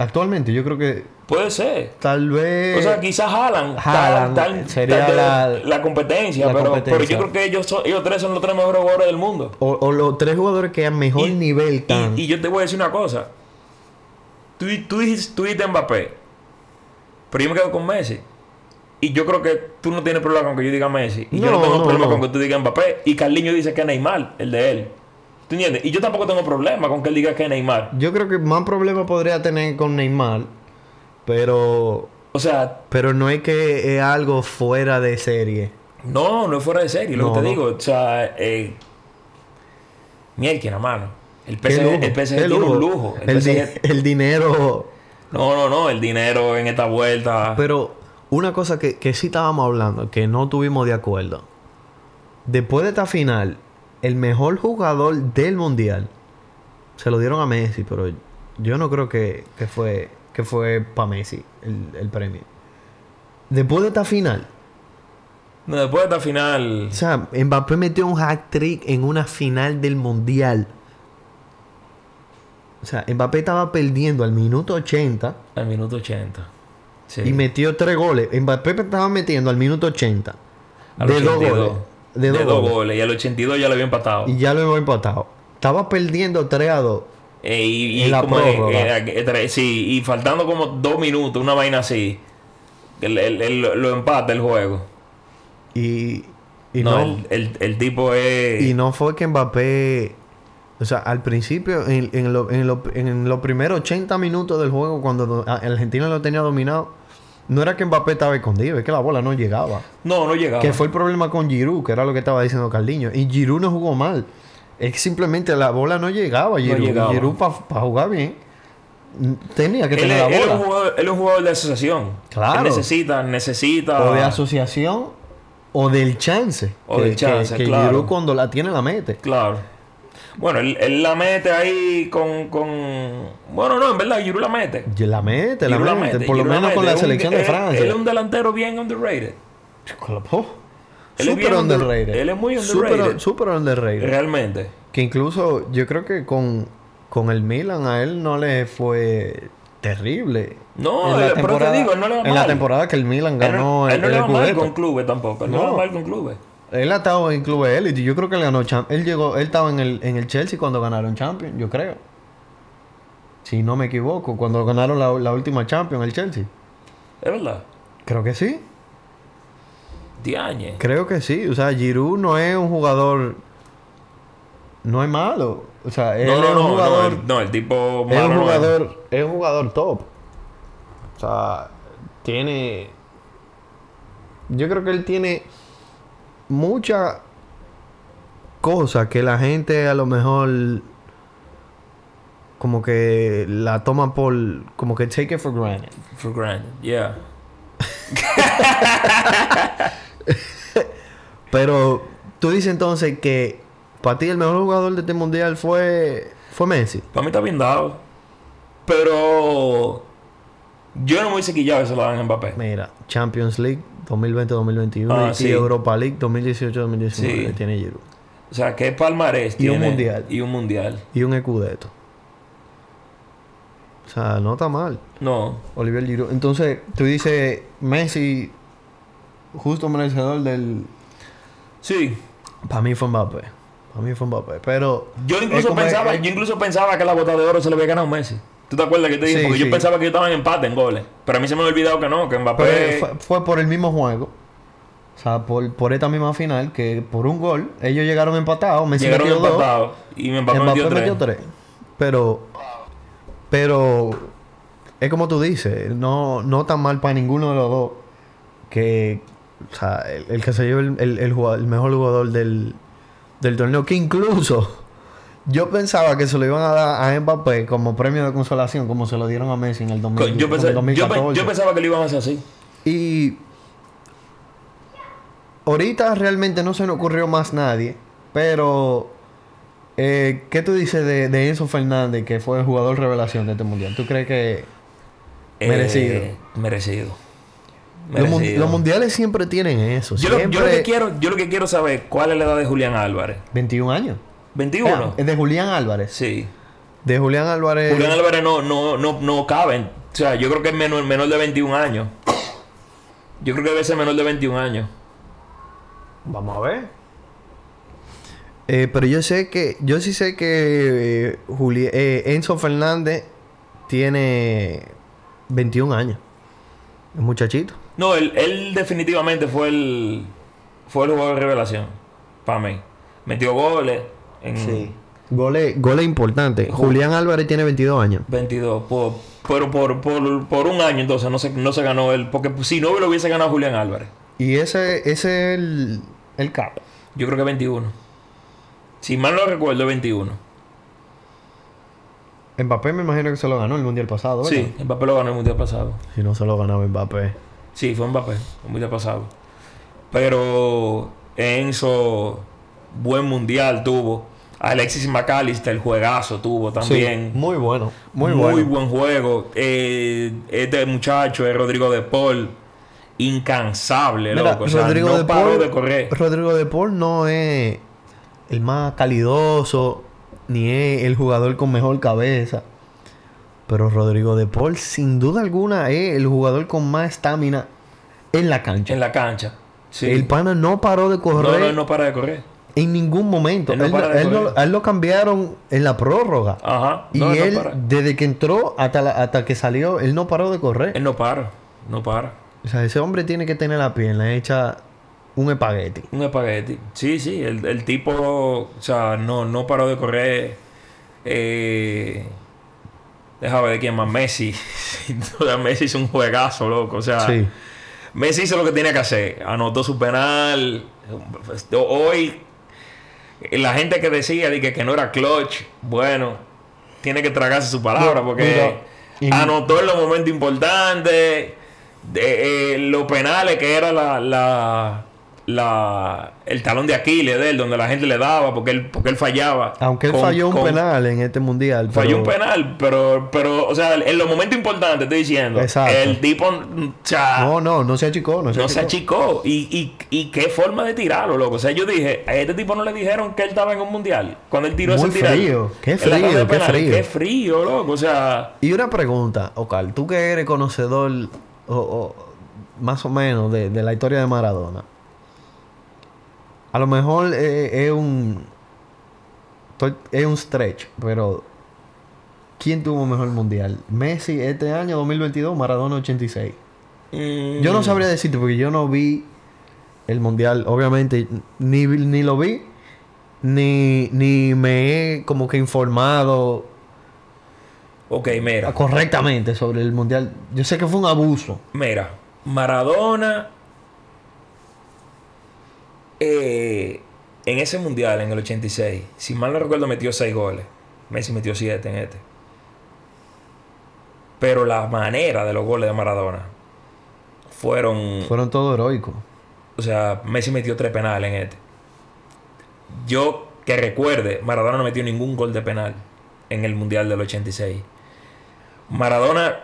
A: Actualmente, yo creo que
B: Puede ser.
A: tal vez.
B: O sea, quizás Haaland, tal-
A: Haaland
B: tal-
A: sería
B: tal-
A: la-
B: competencia,
A: la
B: pero,
A: competencia.
B: pero yo creo que ellos, son- ellos tres son los tres mejores jugadores del mundo.
A: o, o los tres jugadores que a mejor
B: Y-
A: nivel
B: Y-
A: están.
B: Y, yo te voy a decir una cosa. Tú, di- tú, dijiste, tú dijiste Mbappé. Pero yo me quedo con Messi. Y yo creo que tú no tienes problema con que yo diga Messi. Y yo no
A: No,
B: tengo
A: no,
B: problema
A: no.
B: con que tú digas Mbappé. Y Carliño dice que es Neymar, el de él. ¿Tú entiendes? Y yo tampoco tengo problema con que él diga que es Neymar.
A: Yo creo que más problemas podría tener con Neymar, pero
B: O sea,
A: pero no es que es algo fuera de serie.
B: no, no es fuera de serie. Lo
A: No,
B: que te
A: no.
B: digo, o sea, eh, Mielkin, a mano. El
A: Qué
B: PSG,
A: lujo,
B: el PSG
A: qué
B: tiene un lujo. El
A: El, di-
B: PSG
A: el dinero.
B: No, no, no. El dinero en esta vuelta.
A: Pero una cosa que, que sí estábamos hablando, que no tuvimos de acuerdo. Después de esta final, el mejor jugador del mundial se lo dieron a Messi, pero yo no creo que, que fue que fue para Messi el, el premio. Después de esta final,
B: No, después de esta final...
A: O sea, Mbappé metió un hat-trick en una final del Mundial. O sea, Mbappé estaba perdiendo al minuto 80
B: Al minuto 80. Sí.
A: y metió tres goles. Mbappé estaba metiendo al minuto 80.
B: Al
A: de dos
B: 82.
A: goles. De dos goles.
B: Y al 82 ya lo había empatado.
A: Y ya lo hemos empatado. Estaba perdiendo 3 a 2.
B: Eh, y, y
A: en la
B: como,
A: prórroga.
B: eh, eh, eh, sí, y faltando como dos minutos, una vaina así. El, el- el- lo empata el juego.
A: Y, y
B: no,
A: no,
B: El, eh, el- el tipo es.
A: y no fue que Mbappé... O sea, al principio, en, en lo- en lo- en los primeros 80 minutos del juego, cuando do- a- Argentina lo tenía dominado, no era que Mbappé estaba escondido, es que la bola no llegaba.
B: no, no llegaba.
A: Que fue el problema con Giroud, que era lo que estaba diciendo Carliño. Y Giroud no jugó mal. Es que simplemente la bola no llegaba a Giroud.
B: llegaba.
A: Y Giroud para jugar bien n- tenía que
B: Él,
A: tener
B: es- él es
A: la
B: un
A: bola.
B: jugador, él es un jugador de asociación.
A: Claro.
B: Él necesita, necesita.
A: O de asociación o del chance.
B: Ah. O del chance,
A: que
B: claro.
A: Giroud cuando la tiene la mete.
B: Claro. Bueno, él, él la mete ahí con, con. Bueno, no, en verdad, Giroud la mete.
A: Y La mete, la
B: Giroud
A: mete. Por lo
B: Giroud
A: menos con
B: mete.
A: la
B: Es un-
A: selección de
B: él-
A: Francia.
B: Él es un delantero bien underrated.
A: Oh,
B: Él es
A: Súper
B: bien under-
A: underrated.
B: él es muy
A: Súper-
B: underrated.
A: Súper underrated.
B: Realmente.
A: Que incluso yo creo que con, con el Milan a él no le fue terrible.
B: No, eh, pero te digo, él no le va
A: En la
B: mal.
A: temporada que el Milan
B: Él
A: ganó
B: no, él no
A: el,
B: le
A: el
B: va mal
A: Scudetto.
B: con clubes tampoco. Él no, le
A: No.
B: va mal con clubes.
A: Él ha estado en clubes élite. Yo creo que le ganó cham- él llegó, él estaba en el, en el Chelsea cuando ganaron Champions, yo creo. Si no me equivoco, cuando ganaron la, la última Champions el Chelsea.
B: Es verdad.
A: Creo que sí.
B: Diañe.
A: Creo que sí. O sea, Giroud no es un jugador no es malo. O sea, él
B: No,
A: es
B: no,
A: un
B: no, no,
A: jugador,
B: el, no, el tipo
A: es
B: malo
A: un
B: no es.
A: jugador, es un jugador top. O sea, tiene yo creo que él tiene mucha cosa que la gente a lo mejor como que la toma por como que take it for granted.
B: For granted, yeah.
A: Pero tú dices entonces que para ti el mejor jugador de este mundial fue fue Messi.
B: Para mí está bien dado. Pero yo no me hubiese quillado que se lo dan a Mbappé.
A: Mira, Champions League 2020-2021
B: Ah,
A: y
B: sí.
A: Europa League 2018-2019
B: Sí.
A: tiene Giroud.
B: O sea, ¿qué palmarés
A: Y un
B: tiene?
A: mundial.
B: Y un mundial.
A: Y un Scudetto. O sea, no está mal.
B: No.
A: Olivier Giroud. Entonces, tú dices Messi justo merecedor del
B: Sí.
A: para mí fue Mbappé. Para mí fue Mbappé, pero
B: Yo
A: es
B: incluso
A: como-
B: pensaba,
A: es-
B: yo incluso pensaba que la bota de oro se le había ganado a Messi. ¿Tú te acuerdas que te dije?
A: Sí,
B: Porque
A: sí.
B: yo pensaba que yo estaba en empate en goles. Pero a mí se me había olvidado que no, que Mbappé.
A: Pero fue, fue por el mismo juego. O sea, por, por esta misma final, que por un gol, ellos llegaron empatados, Messi
B: llegaron
A: metió dos,
B: empatados. Y Mbappé,
A: Mbappé
B: metió tres.
A: metió tres. Pero, pero es como tú dices, no, no tan mal para ninguno de los dos que o sea, el, el que se lleve el, el- el jugador- el mejor jugador del, del torneo, que incluso yo pensaba que se lo iban a dar a Mbappé como premio de consolación, como se lo dieron a Messi en el, 2000
B: Yo, pensé-
A: en el
B: yo pe-
A: 2014.
B: yo pensaba que lo iban a hacer así.
A: Y ahorita realmente no se me ocurrió más nadie, pero eh, ¿qué tú dices de, de Enzo Fernández, que fue el jugador revelación de este mundial? ¿Tú crees que
B: Eh,
A: Merecido.
B: merecido.
A: los, mun-
B: Merecido.
A: los mundiales siempre tienen eso?
B: Yo lo, yo
A: siempre
B: lo que quiero, yo lo que quiero saber cuál es la edad de Julián Álvarez.
A: 21 años. Ah, eh,
B: 21.
A: es de Julián Álvarez.
B: sí.
A: De Julián Álvarez.
B: Julián Álvarez no, no, no, no cabe. O sea, yo creo que es menor, menor de 21 años. Yo creo que debe ser menor de 21 años.
A: Vamos a ver. Eh, pero yo sé que, yo sí sé que eh, Juli- eh, Enzo Fernández tiene 21 años. Es muchachito.
B: No, él, él definitivamente fue el fue el jugador de revelación para mí. Metió goles en
A: Gole, gole importante. Julián Álvarez tiene 22 años.
B: 22. por- pero por, por, por un año entonces no se, no se ganó él. Porque si no lo hubiese ganado Julián Álvarez.
A: Y ese, ese es el, el cap.
B: Yo creo que 21. Si mal no recuerdo, 21.
A: Mbappé me imagino que se lo ganó el mundial pasado. ¿verdad?
B: Sí, Mbappé lo ganó el mundial pasado.
A: Si no se lo ganaba Mbappé.
B: Sí, fue Mbappé, el mundial pasado. Pero Enzo, buen mundial tuvo. Alexis McAllister, el juegazo tuvo también.
A: Sí, muy bueno. Muy,
B: Muy
A: bueno.
B: buen juego. Eh, este muchacho es Rodrigo de Paul. Incansable,
A: Mira,
B: loco. O sea, no
A: de
B: paró
A: Paul-
B: de correr.
A: Rodrigo de Paul no es el más calidoso, ni es el jugador con mejor cabeza. Pero Rodrigo de Paul, sin duda alguna, es el jugador con más estamina en la cancha.
B: En la cancha. Sí.
A: El pana no paró de
B: no,
A: correr
B: no, él no para de correr.
A: en ningún momento.
B: Él no
A: Él,
B: para de
A: él lo-
B: correr.
A: a él lo cambiaron en la prórroga.
B: Ajá.
A: y
B: No, él
A: él,
B: no para.
A: desde que entró hasta, la- hasta que salió, él no paró de correr.
B: Él no para. No para.
A: O sea, ese hombre tiene que tener la pierna hecha un espagueti.
B: Un espagueti. Sí, sí, el, el tipo, o sea, no, no paró de correr. Eh, deja ver de quién más, Messi. o sea, Messi hizo un juegazo, loco. O sea,
A: Sí.
B: Messi hizo lo que tenía que hacer. Anotó su penal. Hoy, la gente que decía de que, que no era clutch, bueno, tiene que tragarse su palabra
A: Mira,
B: porque
A: mira, y-
B: anotó en los momentos importantes. de- eh, los penales que era la, la, la- el talón de Aquiles de él, donde la gente le daba porque él, porque él fallaba.
A: Aunque él
B: Con-
A: falló un
B: con-
A: penal en este mundial.
B: Falló
A: pero-
B: un penal, pero, pero, o sea, en los momentos importantes, estoy diciendo,
A: Exacto.
B: el tipo, o sea,
A: No, no, no se achicó, no se
B: no se
A: achicó.
B: achicó. Y, y, y qué forma de tirarlo, loco. O sea, yo dije, a este tipo no le dijeron que él estaba en un mundial. Cuando él tiró
A: Muy
B: ese tirar.
A: frío. Qué
B: en la
A: frío,
B: tanda de
A: qué
B: penales,
A: frío.
B: Qué frío, loco. O sea,
A: Y una pregunta, Ocal, tú que eres conocedor o, o, más o menos de, de la historia de Maradona. A lo mejor eh, es un to- es un stretch, pero ¿quién tuvo mejor mundial? Messi este año 2022, Maradona 86.
B: mm,
A: Yo no sabría decirte porque yo no vi el mundial, obviamente, ni, vi- ni lo vi, ni, ni me he como que informado
B: Ok, mira.
A: correctamente sobre el mundial. Yo sé que fue un abuso.
B: Mira, Maradona eh, en ese mundial, en el 86, si mal no recuerdo, metió 6 goles. Messi metió 7 en este. Pero la manera de los goles de Maradona fueron.
A: Fueron todo heroicos.
B: O sea, Messi metió 3 penales en este. Yo que recuerde, Maradona no metió ningún gol de penal en el mundial del 86. Maradona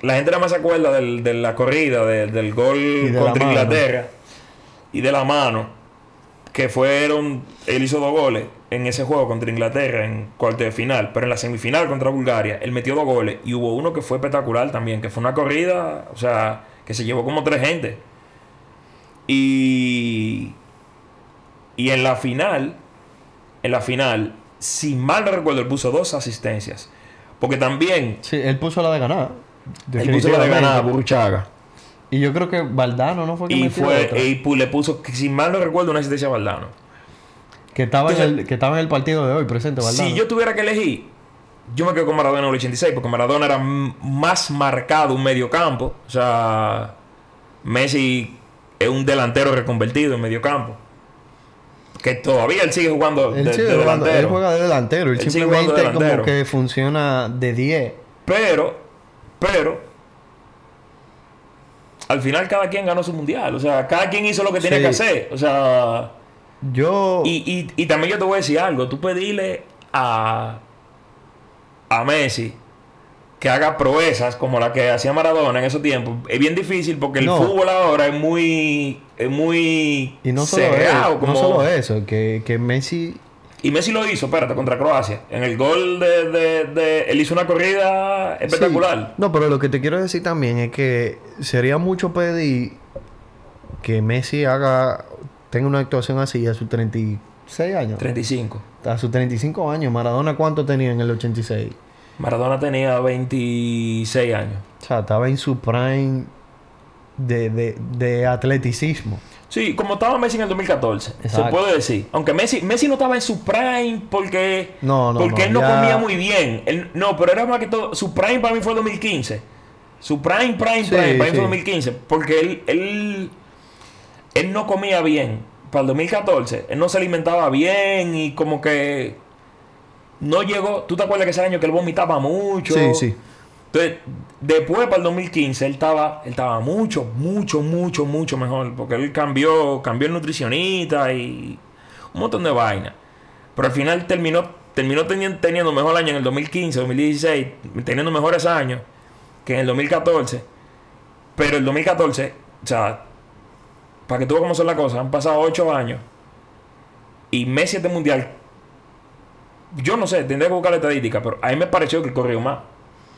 B: la gente nada más se acuerda del- de la corrida, del- del
A: de
B: gol
A: la
B: contra
A: mano.
B: Inglaterra y de la mano, que fueron, él hizo dos goles en ese juego contra Inglaterra en cuarto de final, pero en la semifinal contra Bulgaria, él metió dos goles y hubo uno que fue espectacular también, que fue una corrida, o sea, que se llevó como tres gente. Y, y en la final, en la final, si mal no recuerdo, él puso dos asistencias. Porque también
A: Sí, él puso la de ganar.
B: él puso la de ganar a Burruchaga.
A: Y yo creo que Valdano no fue que
B: Y
A: metió
B: fue,
A: otra?
B: y pu- le puso, que si mal no recuerdo, una asistencia a Valdano.
A: que, estaba en
B: Entonces-
A: el, que estaba en el partido de hoy presente, Valdano.
B: Si yo tuviera que elegir, yo me quedo con Maradona en el 86, porque Maradona era m- más marcado un medio campo. O sea, Messi es un delantero reconvertido en medio campo. Que todavía él sigue jugando de,
A: él, sigue
B: de
A: jugando- él
B: delantero.
A: juega de delantero. Él,
B: Él sigue jugando
A: simplemente
B: de
A: como
B: delantero.
A: que funciona de 10.
B: Pero, pero, al final cada quien ganó su mundial. O sea, cada quien hizo lo que tenía
A: Sí.
B: que hacer. O sea.
A: Yo...
B: Y, y- y también yo te voy a decir algo. Tú pedile a, a Messi que haga proezas como la que hacía Maradona en esos tiempos. Es bien difícil porque el
A: No.
B: fútbol ahora es muy... Es muy...
A: Y no solo,
B: cerrado,
A: eso,
B: como-
A: no solo eso, que, que Messi
B: Y Messi lo hizo, espérate, contra Croacia. En el gol de... de- de- él hizo una corrida espectacular.
A: Sí. No, pero lo que te quiero decir también es que sería mucho pedir que Messi haga tenga una actuación así a sus 36 años.
B: 35.
A: A sus 35 años. Maradona, ¿cuánto tenía en el 86?
B: Maradona tenía 26 años.
A: O sea, estaba en su prime de, de, de atleticismo.
B: Sí, como estaba Messi en el 2014,
A: Exacto.
B: se puede decir. Aunque Messi, Messi no estaba en su prime porque,
A: No, no,
B: porque
A: no,
B: él no
A: ya-
B: comía muy bien. Él- no, pero era más que todo. Su prime para mí fue 2015. Su prime, prime,
A: Sí,
B: prime, prime
A: sí.
B: fue 2015. Porque él, él, él no comía bien. Para el 2014, él no se alimentaba bien y como que no llegó. ¿Tú te acuerdas que ese año que él vomitaba mucho?
A: Sí, sí.
B: Entonces, después para el 2015, él estaba, él estaba mucho, mucho, mucho, mucho mejor. Porque él cambió, cambió el nutricionista y un montón de vainas. Pero al final terminó, terminó teniendo, teniendo mejor año en el 2015, 2016, teniendo mejores años que en el 2014. Pero el 2014, o sea, para que tú veas cómo son las cosas, han pasado 8 años. Y Messi este mundial, yo no sé, tendría que buscar la estadística, pero a mí me pareció que él corrió más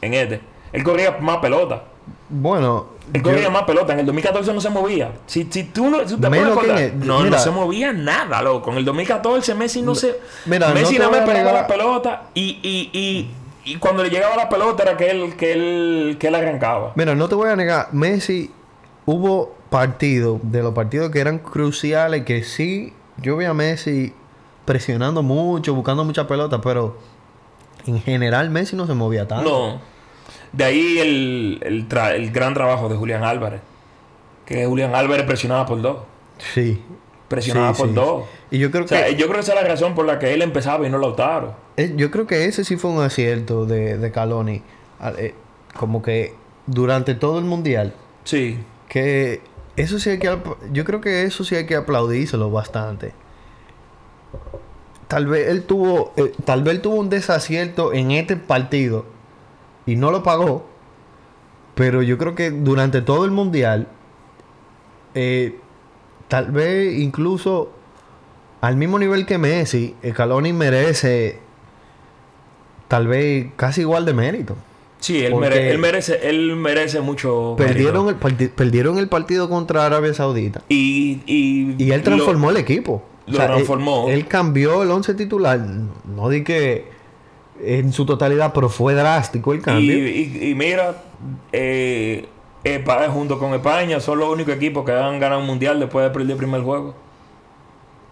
B: en este. Él corría más pelota.
A: Bueno,
B: Él
A: yo-
B: corría más pelota. En el 2014 no se movía. Si, si tú no, si tú te pones a
A: Menos que en
B: acordar,
A: el-
B: no,
A: mira.
B: no se movía nada, loco. En el 2014 Messi no se.
A: mira, no
B: Messi
A: te
B: nada
A: voy
B: más
A: a
B: pegaba
A: regalar-
B: la pelota y, y, y, y cuando le llegaba la pelota era que él, que él, que él arrancaba.
A: Mira, no te voy a negar, Messi hubo partidos, de los partidos que eran cruciales, que sí, yo vi a Messi presionando mucho, buscando mucha pelota, pero en general Messi no se movía tanto.
B: No. De ahí el, el, tra- el gran trabajo de Julián Álvarez. Que Julián Álvarez presionaba por dos.
A: Sí.
B: Presionaba
A: Sí,
B: por
A: sí.
B: dos.
A: Y yo creo
B: O sea,
A: que
B: yo creo que esa es la razón por la que él empezaba y no Lautaro.
A: eh, yo creo que ese sí fue un acierto de, de Caloni. Al- eh, Como que durante todo el mundial.
B: Sí.
A: Que eso sí hay que... apl- Yo creo que eso sí hay que aplaudírselo bastante. Tal vez él tuvo... eh, tal vez él tuvo un desacierto en este partido. Y no lo pagó. Pero yo creo que durante todo el Mundial... eh, tal vez incluso... Al mismo nivel que Messi, Scaloni merece... Tal vez casi igual de mérito.
B: Sí, él,
A: Porque-
B: mere- él merece, él merece mucho.
A: Perdieron
B: mérito.
A: el, parti- perdieron el partido contra Arabia Saudita.
B: Y, y,
A: Y él transformó el equipo.
B: lo transformó.
A: Él, él cambió el once titular. No di que en su totalidad, pero fue drástico el
B: lo-
A: cambio.
B: y, y- y mira, eh, Espa- junto con España son los únicos equipos que han ganado un mundial después de perder el primer juego.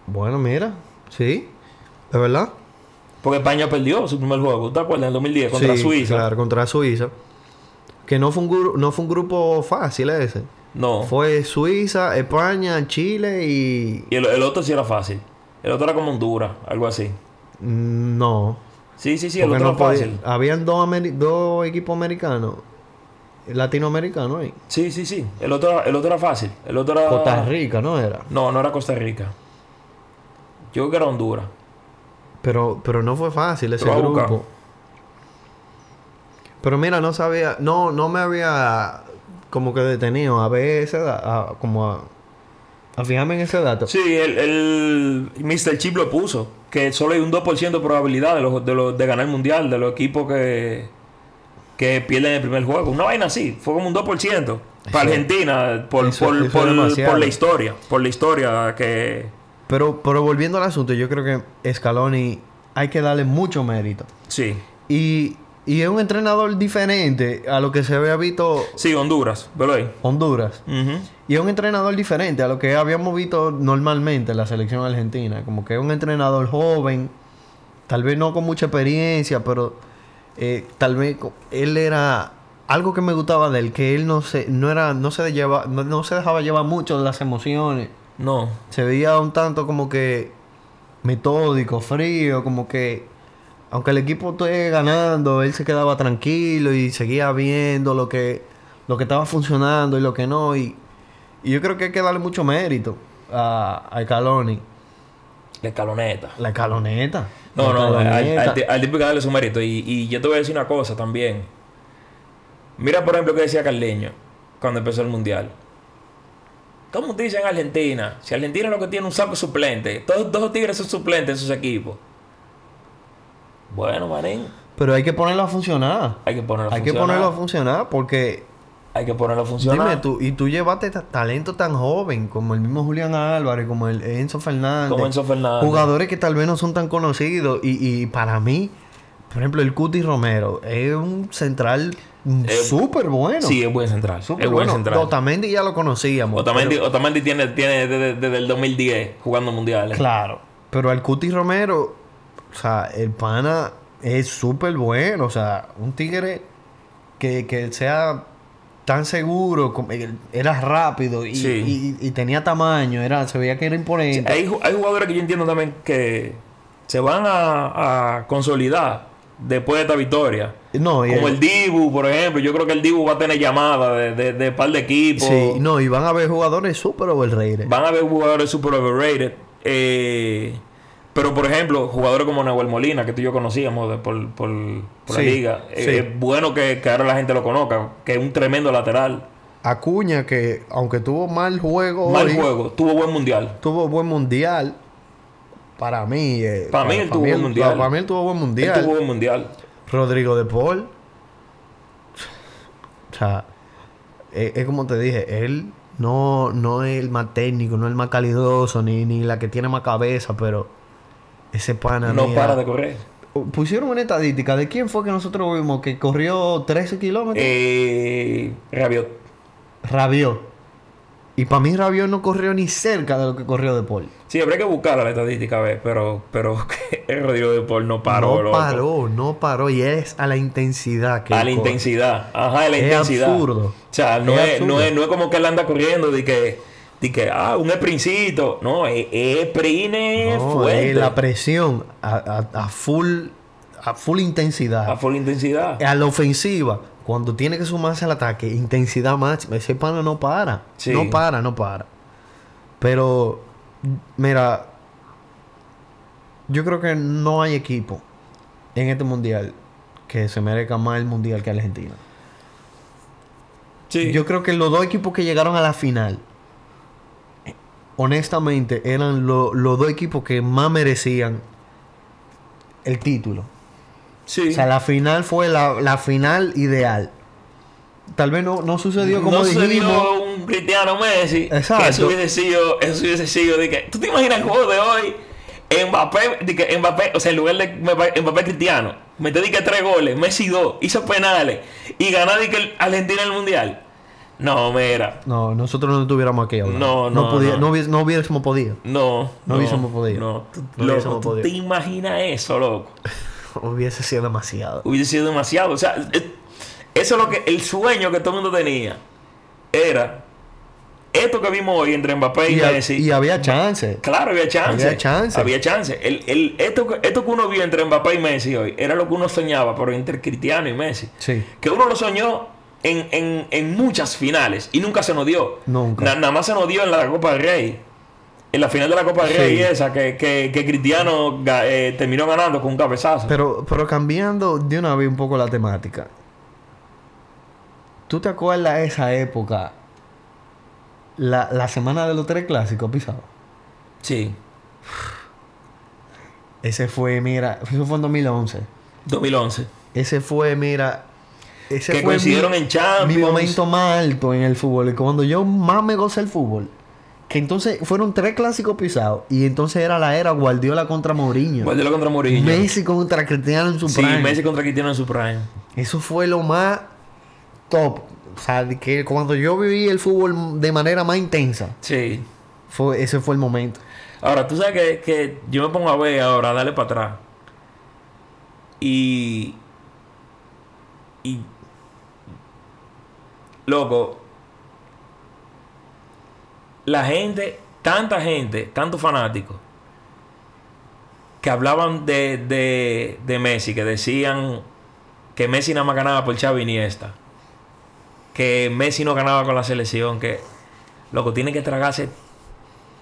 A: Bueno, mira, sí. ¿De verdad?
B: Porque España perdió su primer juego, ¿te acuerdas? En el 2010 contra
A: Sí,
B: Suiza.
A: Claro, contra Suiza. Que no fue un, gru- no fue un grupo fácil ese.
B: No.
A: Fue Suiza, España, Chile y.
B: Y el, el otro sí era fácil. El otro era como Honduras, algo así.
A: No.
B: Sí, sí, sí, el
A: Porque
B: otro
A: no
B: era
A: podía-
B: fácil.
A: Habían dos, ameri- dos equipos americanos, latinoamericanos ahí.
B: Sí, sí, sí. El otro, el otro era fácil. El otro era.
A: Costa Rica, ¿no era?
B: No, no era Costa Rica. Yo creo que era Honduras.
A: Pero, pero no fue fácil ese
B: Lo voy a buscar.
A: grupo. Pero mira, no sabía, no, no me había como que detenido a ver ese da- a- como a, a fijarme en ese dato.
B: Sí, el, el Mr. Chip lo puso. Que solo hay un 2% de probabilidad de, los, de, los- de ganar el mundial, de los equipos que, que pierden el primer juego. Una vaina así, fue como un 2%. Para
A: Eso-
B: Argentina, por,
A: eso-
B: por-
A: eso es
B: por-
A: demasiado.
B: por la historia. Por la historia que.
A: Pero, pero volviendo al asunto, yo creo que Scaloni hay que darle mucho mérito.
B: Sí,
A: Y, y es un entrenador diferente a lo que se había visto
B: sí, Honduras, velo ahí.
A: Honduras.
B: Ujú.
A: Y es un entrenador diferente a lo que habíamos visto normalmente en la selección argentina. Como que es un entrenador joven, tal vez no con mucha experiencia, pero eh, tal vez co- él era algo que me gustaba de él, que él no se, no era, no se lleva, no, no se dejaba llevar mucho de las emociones.
B: No,
A: Se veía un tanto como que metódico, frío, como que aunque el equipo esté ganando, él se quedaba tranquilo y seguía viendo lo que, lo que estaba funcionando y lo que no. Y, y yo creo que hay que darle mucho mérito a, a Caloni.
B: la escaloneta.
A: La caloneta.
B: No, no, al, al,
A: caloneta.
B: ti- al tipo hay que darle su mérito. Y, y yo te voy a decir una cosa también. Mira, por ejemplo, que decía Carleño cuando empezó el mundial. ¿Cómo te dicen Argentina? Si Argentina es lo que tiene un saco suplente, todos dos tigres son suplentes en sus equipos. Bueno, manín,
A: Pero hay que ponerlo a funcionar.
B: hay que ponerlo a
A: Hay que
B: funcionar.
A: ponerlo a funcionar porque,
B: Hay que ponerlo a funcionar.
A: dime tú, y tú llevaste ta- talento tan joven como el mismo Julián Álvarez, como el Enzo Fernández.
B: Como Enzo Fernández.
A: Jugadores que tal vez no son tan conocidos y, y para mí, por ejemplo, el Cuti Romero es un central mm,
B: Eh,
A: súper bueno.
B: Sí, es buen central.
A: súper
B: es buen
A: bueno.
B: central.
A: Otamendi ya lo conocíamos.
B: Otamendi, Otamendi tiene, tiene desde, desde el 2010 jugando mundiales.
A: pero- claro. Pero el Cuti Romero, o sea, el pana es súper bueno. O sea, un tigre que, que sea tan seguro, como- eh, era rápido y,
B: Sí.
A: y- y tenía tamaño, era, se veía que era imponente.
B: Hay, ju- hay jugadores que yo entiendo también que se van a, a consolidar después de esta victoria.
A: no, y
B: Como el Dibu, por ejemplo. Yo creo que el Dibu va a tener llamada de, de, de par de equipos.
A: Sí, no, y van a haber jugadores súper overrated.
B: Van a haber jugadores super overrated. Eh, pero, por ejemplo, jugadores como Nahuel Molina, que tú y yo conocíamos de- por, por- por
A: Sí,
B: la liga. Eh,
A: sí.
B: es bueno que, que ahora la gente lo conozca, que es un tremendo lateral.
A: Acuña, que aunque tuvo mal juego
B: Mal
A: hoy,
B: juego, tuvo buen mundial.
A: tuvo buen mundial. Para mí, eh,
B: Para mí él tuvo buen mundial.
A: Para mí él tuvo buen
B: Él
A: mundial.
B: tuvo buen mundial.
A: Rodrigo de Paul. O sea, e, es, es como te dije, él no, no es el más técnico, no es el más calidoso, ni, ni la que tiene más cabeza, pero ese pana.
B: No
A: mira,
B: para de correr.
A: Pusieron una estadística de quién fue que nosotros vimos que corrió 13 kilómetros.
B: Eh, Rabiot.
A: Rabió. Y para mí Rabió no corrió ni cerca de lo que corrió De Paul.
B: Sí, habría que buscar la estadística, a ver, pero, pero el Rodrigo de Paul no paró,
A: no
B: loco.
A: paró, no paró. Y es a la intensidad que
B: A
A: él
B: la
A: corre.
B: intensidad. Ajá, a la
A: Es
B: intensidad.
A: absurdo.
B: O sea, no
A: Es
B: es,
A: absurdo.
B: no, es, no es como que él anda corriendo de que, de que ah, un esprincito. No, es, es sprine
A: No,
B: fuerte.
A: eh, la presión a, a- a full a full
B: a
A: intensidad.
B: full intensidad.
A: A la ofensiva, cuando tiene que sumarse al ataque, intensidad máxima. Ese pana no para.
B: Sí.
A: No para, no para. Pero, mira, yo creo que no hay equipo en este mundial que se merezca más el mundial que Argentina.
B: Sí.
A: Yo creo que los dos equipos que llegaron a la final, honestamente, eran lo- los dos equipos que más merecían el título.
B: sí.
A: O sea, la final fue la, la final ideal. Tal vez no, no sucedió como
B: no
A: dijimos.
B: sucedió un Cristiano Messi. que
A: Exacto.
B: Eso hubiese sido, eso hubiese sido de que, ¿tú te imaginas el juego de hoy? Mbappé, de que Mbappé, o sea, en lugar de Mbappé, Mbappé Cristiano, metió de que tres goles, Messi dos, hizo penales y ganó de que el- Argentina el mundial. No, mira.
A: No, nosotros no estuviéramos aquí ahora.
B: No, no,
A: pudi-
B: no.
A: no hubies- no hubiésemos podido.
B: No.
A: No hubiésemos podido.
B: No. Tú-
A: No
B: loco,
A: hubiésemos
B: ¿tú
A: podido.
B: te imaginas eso, loco?
A: Hubiese sido demasiado.
B: Hubiese sido demasiado. O sea, es- eso es lo que... El sueño que todo el mundo tenía era... Esto que vimos hoy entre Mbappé y,
A: Y, ha-
B: Messi.
A: y había chance.
B: Claro, había chance.
A: Había chance.
B: Había chance. El, el- esto, que- esto que uno vio entre Mbappé y Messi hoy era lo que uno soñaba, pero entre Cristiano y Messi.
A: Sí.
B: Que uno lo soñó en, en- en muchas finales y nunca se nos dio.
A: Nunca.
B: Na- nada más se nos dio en la Copa del Rey. En la final de la Copa del Rey,
A: Sí.
B: esa que, que- que Cristiano ga- eh, terminó ganando con un cabezazo.
A: Pero, pero cambiando de una vez un poco la temática. ¿Tú te acuerdas de esa época? La, la semana de los tres clásicos, pisado.
B: sí.
A: Ese fue, mira, eso fue en 2011.
B: 2011.
A: Ese fue, mira. Ese
B: Que
A: fue
B: coincidieron
A: mi,
B: en Champions.
A: mi momento más alto en el fútbol. Y cuando yo más me gocé el fútbol. Que entonces fueron tres clásicos pisados. Y entonces era la era Guardiola contra Mourinho.
B: Guardiola contra Mourinho.
A: Messi contra Cristiano en su
B: sí,
A: prime.
B: Messi contra Cristiano en su prime.
A: Eso fue lo más top. O sea, de que cuando yo viví el fútbol de manera más intensa,
B: Sí.
A: fue, ese fue el momento.
B: Ahora, tú sabes que, que yo me pongo a ver ahora, dale para atrás. Y. Y. Loco. La gente, tanta gente, tantos fanáticos. Que hablaban de, de, de Messi, que decían que Messi nada más ganaba por Xavi Iniesta. Que Messi no ganaba con la selección, que. Loco, tiene que tragarse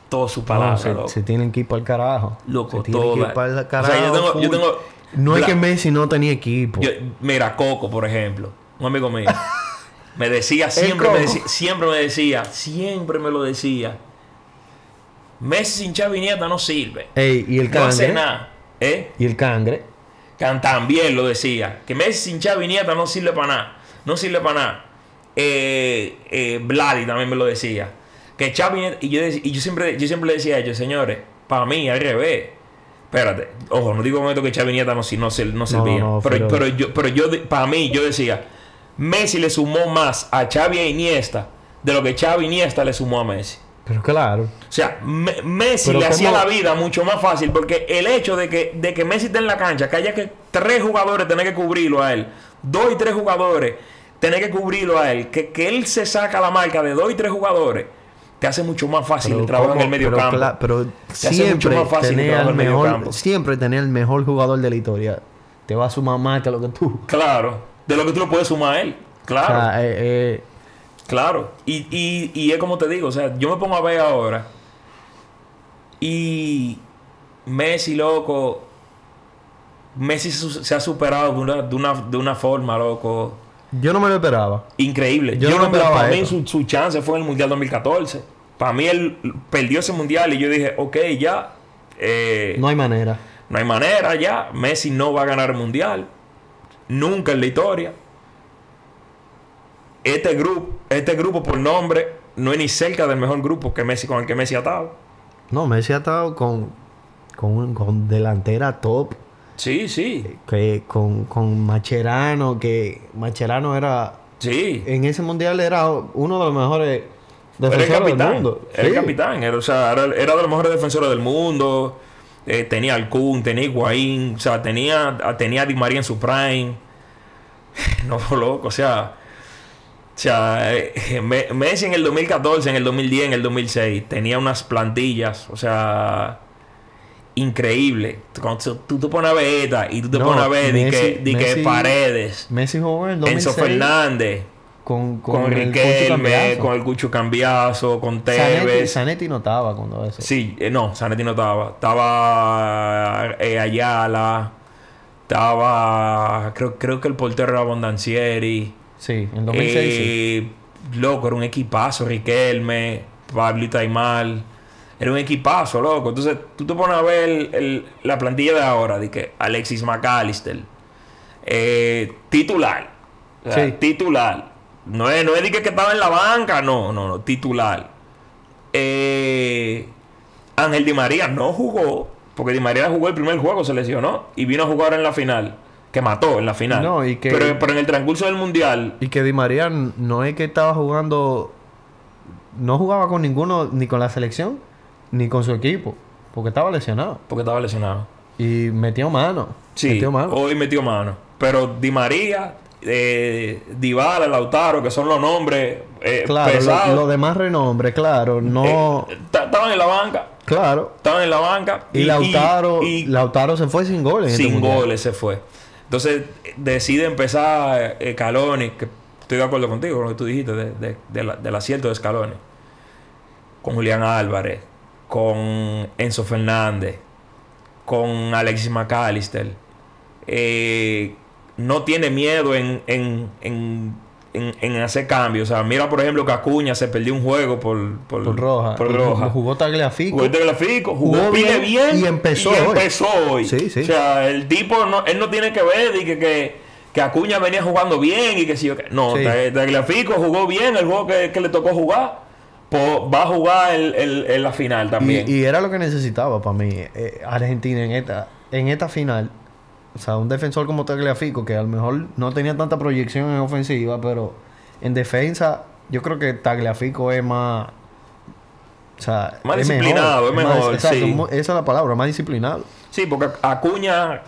B: todo su palabra,
A: No, se,
B: loco.
A: se tienen que ir para el carajo.
B: Loco,
A: se tienen
B: todo
A: que
B: la-
A: ir para el
B: o sea,
A: carajo.
B: yo tengo- yo
A: full.
B: tengo-
A: no es
B: la-
A: que Messi no tenía equipo.
B: Yo- mira, Coco, por ejemplo, un amigo mío, me decía siempre,
A: Coco.
B: me decía, siempre me decía, siempre me lo decía. Messi sin Xavi Nieta no sirve.
A: Ey, y el
B: no hace
A: cangre.
B: nada. ¿Eh?
A: y el cangre.
B: Can- También lo decía. Que Messi sin Xavi Nieta no sirve para nada. No sirve para nada. Eh, eh, Vladi también me lo decía. Que Xavi Nieta- Y yo, dec- y yo siempre, yo siempre le decía a ellos, señores, para mí, al revés. Espérate, ojo, no digo con esto que Xavi Nieta no, si- no, sir- no servía.
A: no,
B: pero,
A: pero-
B: pero yo, pero yo de- para mí, yo decía, Messi le sumó más a Xavi e Iniesta de lo que Xavi e Iniesta le sumó a Messi.
A: Pero claro.
B: O sea, Me- Messi
A: Pero
B: le hacía
A: ¿cómo?
B: la vida mucho más fácil porque el hecho de que, de que Messi esté en la cancha, que haya que tres jugadores tener que cubrirlo a él, dos y tres jugadores tener que cubrirlo a él, que, que él se saca la marca de dos y tres jugadores, te hace mucho más fácil
A: Pero
B: el trabajo en
A: cómo-
B: el medio
A: pero
B: campo.
A: cla- Pero
B: hace mucho
A: siempre
B: más fácil el
A: tener
B: trabajo
A: al
B: en medio
A: mejor,
B: campo.
A: siempre tener el mejor jugador de la historia. Te va a sumar más que lo que tú.
B: Claro, de lo que tú lo puedes sumar a él. Claro.
A: O sea, eh, eh,
B: Claro, y, y, y es como te digo, o sea, yo me pongo a ver ahora y Messi, loco, Messi se, su- se ha superado de una, de, una, de una forma, loco,
A: yo no me lo esperaba.
B: increíble.
A: Yo no me esperaba
B: para mí
A: esto.
B: su, su chance fue en el Mundial 2014. Para mí él perdió ese Mundial y yo dije, ok, ya, eh,
A: No hay manera.
B: no hay manera ya. Messi no va a ganar el mundial. Nunca en la historia. Este grupo, este grupo por nombre, no es ni cerca del mejor grupo que Messi con el que Messi ha estado.
A: No, Messi ha estado con, con, un- con delantera top,
B: Sí, sí.
A: que con, con Macherano, que Macherano era,
B: Sí.
A: en ese mundial era uno de los mejores
B: Era el
A: defensores del
B: capitán.
A: mundo.
B: Era el
A: Sí.
B: capitán. Era, o sea, era, era de los mejores defensores del mundo. Eh, tenía al Kun, tenía Higuaín. O sea, tenía, tenía a Di María en su prime. no, loco. O sea... O sea, eh, Me- Messi en el 2014, en el 2010, en el 2006 tenía unas plantillas, o sea, increíble. Cuando tú- tú te pones a ver esta y tú te
A: No,
B: pones a ver di
A: Messi-
B: que, di que
A: Messi-
B: Paredes,
A: Messi jugó en el
B: Enzo
A: 2006
B: Fernández,
A: con, con,
B: con,
A: el Cucho
B: Riquelme,
A: Cambiazo.
B: con el Cucho Cambiazo, con
A: Zanetti,
B: Tevez.
A: Zanetti no estaba cuando eso.
B: Sí, eh, no, Zanetti no estaba. Estaba eh, Ayala, estaba. Creo, creo que el portero era Bondancieri.
A: Sí, en 2006 sí.
B: Eh, Loco, era un equipazo, Riquelme, Pablo Itaimal. Era un equipazo, loco. Entonces, tú te pones a ver el- el- la plantilla de ahora, de que Alexis McAllister, eh, titular. O sea,
A: Sí.
B: Titular. No es, no es de que, que estaba en la banca, no, no, no, titular. Eh, Ángel Di María no jugó, porque Di María jugó el primer juego, se lesionó, y vino a jugar en la final. que mató en la final.
A: No, y que-
B: pero, pero en el transcurso del mundial,
A: Y que Di María no es que estaba jugando. No jugaba con ninguno, ni con la selección, ni con su equipo. Porque estaba lesionado.
B: porque estaba lesionado.
A: Y metió mano.
B: Sí, Oh,
A: Metió mano.
B: hoy metió mano. Pero Di María, eh, Dybala, Lautaro, que son los nombres eh,
A: claro,
B: pesados,
A: lo, lo demás renombre, claro. No.
B: eh, ta- estaban en la banca.
A: claro.
B: Estaban en la banca.
A: Y, Lautaro.
B: y-
A: Lautaro se fue sin goles. en este
B: sin
A: mundial.
B: goles se fue. Entonces eh, decide empezar eh, Scaloni, que estoy de acuerdo contigo con lo que tú dijiste de- de- de la- del acierto de Scaloni, con Julián Álvarez, con Enzo Fernández, con Alexis McAllister. Eh, no tiene miedo en, en- en- en- en hacer cambios. O sea, mira, por ejemplo, que Acuña se perdió un juego por, por,
A: Por Roja.
B: Por Roja.
A: Jugó Tagliafico.
B: Jugó el gráfico, jugó,
A: Jugó
B: pile
A: bien
B: bien,
A: y empezó hoy.
B: empezó hoy.
A: Sí, sí.
B: O sea, el tipo, no, él no tiene que ver y que, que, que Acuña venía jugando bien y que si yo... que- No,
A: Sí.
B: el gráfico jugó bien el juego que, que le tocó jugar. po- va a jugar el, el- en la final
A: Y,
B: también.
A: y era lo que necesitaba para mí eh, Argentina en esta, en esta final. O sea, un defensor como Tagliafico, que a lo mejor no tenía tanta proyección en ofensiva, pero en defensa, yo creo que Tagliafico es más. O sea,
B: Más disciplinado, es
A: más-
B: mejor,
A: exacto,
B: sí.
A: mu- esa es la palabra, más disciplinado.
B: Sí, porque Acuña...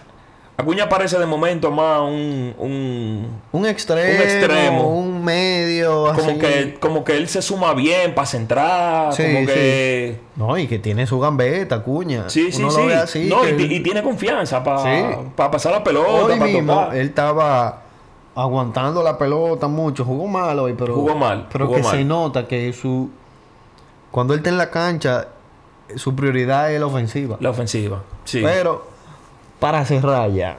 B: Acuña parece de momento más un... un
A: Un extremo, un,
B: extremo.
A: medio,
B: como,
A: así.
B: que, como que él se suma bien para centrar.
A: Sí,
B: como que...
A: No, y que tiene su gambeta, cuña.
B: Sí, sí,
A: Uno
B: sí.
A: Lo ve así,
B: no,
A: que
B: y, ti-
A: él-
B: y tiene confianza para
A: Sí.
B: pasar la pelota,
A: Hoy
B: para
A: mismo
B: tocar.
A: él estaba aguantando la pelota mucho. Jugó mal hoy, pero.
B: Jugó mal,
A: Pero
B: jugó
A: que
B: mal.
A: se nota que su. Cuando él está en la cancha, su prioridad es la ofensiva.
B: La ofensiva. Sí.
A: Pero, para cerrar ya.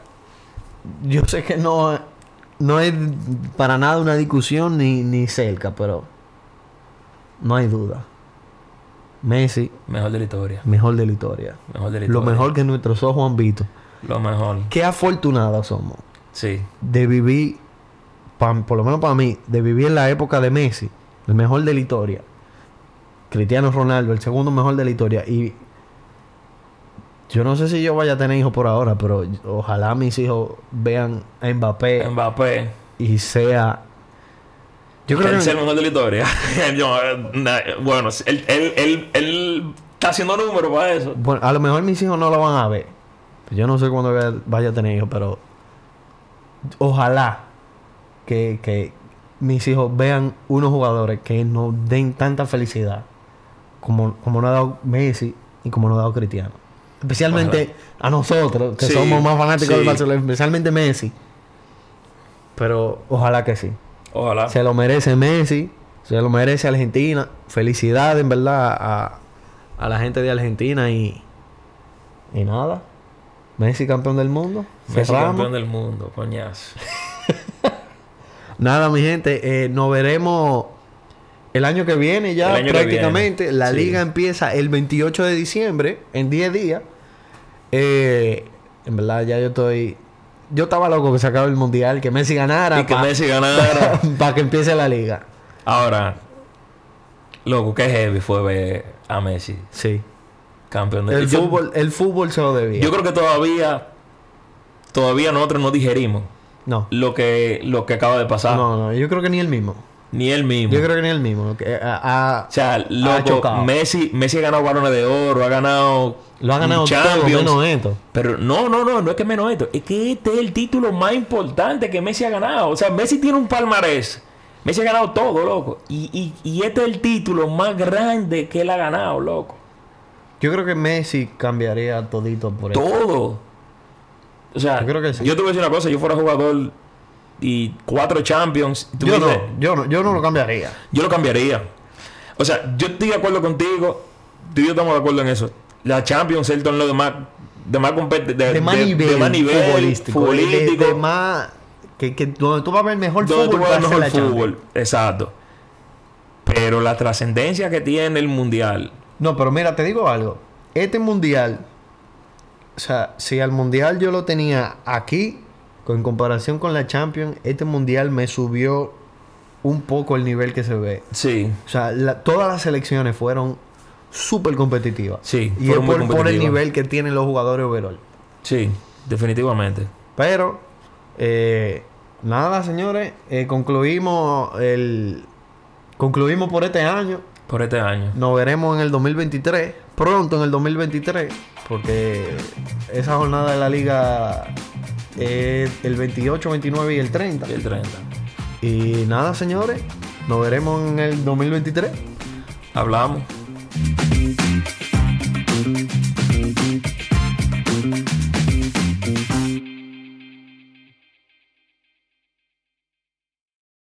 A: Yo sé que no, no es para nada una discusión ni, ni cerca, pero. No hay duda. Messi,
B: Mejor de la historia.
A: mejor de la historia.
B: Mejor de la
A: Lo
B: historia.
A: mejor que nuestros ojos han visto.
B: Lo mejor.
A: Qué afortunados somos
B: Sí.
A: de vivir, pa- por lo menos para mí, de vivir en la época de Messi, el mejor de la historia, Cristiano Ronaldo, el segundo mejor de la historia, y yo no sé si yo vaya a tener hijos por ahora, pero ojalá mis hijos vean a Mbappé
B: Mbappé.
A: y sea... Yo creo
B: Él es el
A: que...
B: mejor de la historia. No, eh, na- bueno, él, él, él, él está haciendo números para eso.
A: Bueno, a lo mejor mis hijos no lo van a ver. Yo no sé cuándo vaya- vaya a tener hijos, pero ojalá que, que mis hijos vean unos jugadores que nos den tanta felicidad como, como nos ha dado Messi y como nos ha dado Cristiano. Especialmente a nosotros, que
B: Sí,
A: somos más fanáticos del
B: sí.
A: Barcelona, especialmente Messi. Pero ojalá que sí.
B: Ojalá.
A: Se lo merece Messi, se lo merece Argentina. Felicidad en verdad a, a la gente de Argentina y, y nada. Messi campeón del mundo.
B: Messi
A: Cerramos.
B: campeón del mundo, coñazo.
A: Nada, mi gente, eh, nos veremos el año que viene ya
B: El año que
A: prácticamente.
B: viene,
A: La
B: sí.
A: liga empieza el 28 de diciembre, en 10 días. Eh, en verdad, ya yo estoy... Yo estaba loco que se acabe el Mundial, que Messi ganara
B: Y que
A: pa-
B: Messi ganara.
A: para que empiece la liga.
B: Ahora, loco, qué heavy fue ver a Messi
A: Sí.
B: campeón del
A: El
B: yo-
A: fútbol, el fútbol se lo debía.
B: Yo creo que todavía, todavía nosotros no digerimos
A: no.
B: lo que, lo que acaba de pasar.
A: No, no, yo creo que ni el mismo.
B: Ah. Ni él mismo.
A: Yo creo que ni el mismo. que, eh, a- a-
B: O sea, loco,
A: chocado.
B: Messi, Messi ha ganado balones de oro, ha ganado.
A: lo ha ganado todo
B: Champions.
A: menos esto.
B: Pero no, no, no, no es que menos esto. Es que este es el título más importante que Messi ha ganado. O sea, Messi tiene un palmarés. Messi ha ganado todo, loco. Y, y, y este es el título más grande que él ha ganado, loco.
A: Yo creo que Messi cambiaría todito por esto.
B: Todo. O sea,
A: Yo creo que sí.
B: yo te voy a decir una cosa. Yo fuera jugador y cuatro Champions. y tú
A: Yo
B: me dices,
A: no, yo no, yo no lo cambiaría.
B: Yo lo cambiaría. O sea, yo estoy de acuerdo contigo. Tú y yo estamos de acuerdo en eso. La Champions, el torneo de más, de más, compet- de,
A: De más
B: de-
A: nivel,
B: de más nivel
A: futbolístico. de-
B: futbolístico,
A: De, más... Que, que donde tú vas a ver mejor
B: donde tú
A: fútbol,
B: vas
A: va a ser
B: mejor
A: la Champions.
B: fútbol. Exacto. Pero la trascendencia que tiene el mundial.
A: No, pero mira, te digo algo. Este mundial, o sea, si al mundial yo lo tenía aquí, con- en comparación con la Champions, este mundial me subió un poco el nivel que se ve.
B: Sí,
A: O sea, la- todas las selecciones fueron súper competitivas.
B: Sí,
A: y es
B: fueron
A: por,
B: muy
A: por el
B: competitivas.
A: nivel que tienen los jugadores overall.
B: sí, definitivamente.
A: Pero Eh, nada, señores. eh, concluimos el. Concluimos por este año.
B: Por este año.
A: Nos veremos en el 2023. Pronto en el 2023. Porque esa jornada de la liga es el 28, 29 y el 30.
B: Y el 30.
A: Y nada, señores. Nos veremos en el 2023.
B: Hablamos.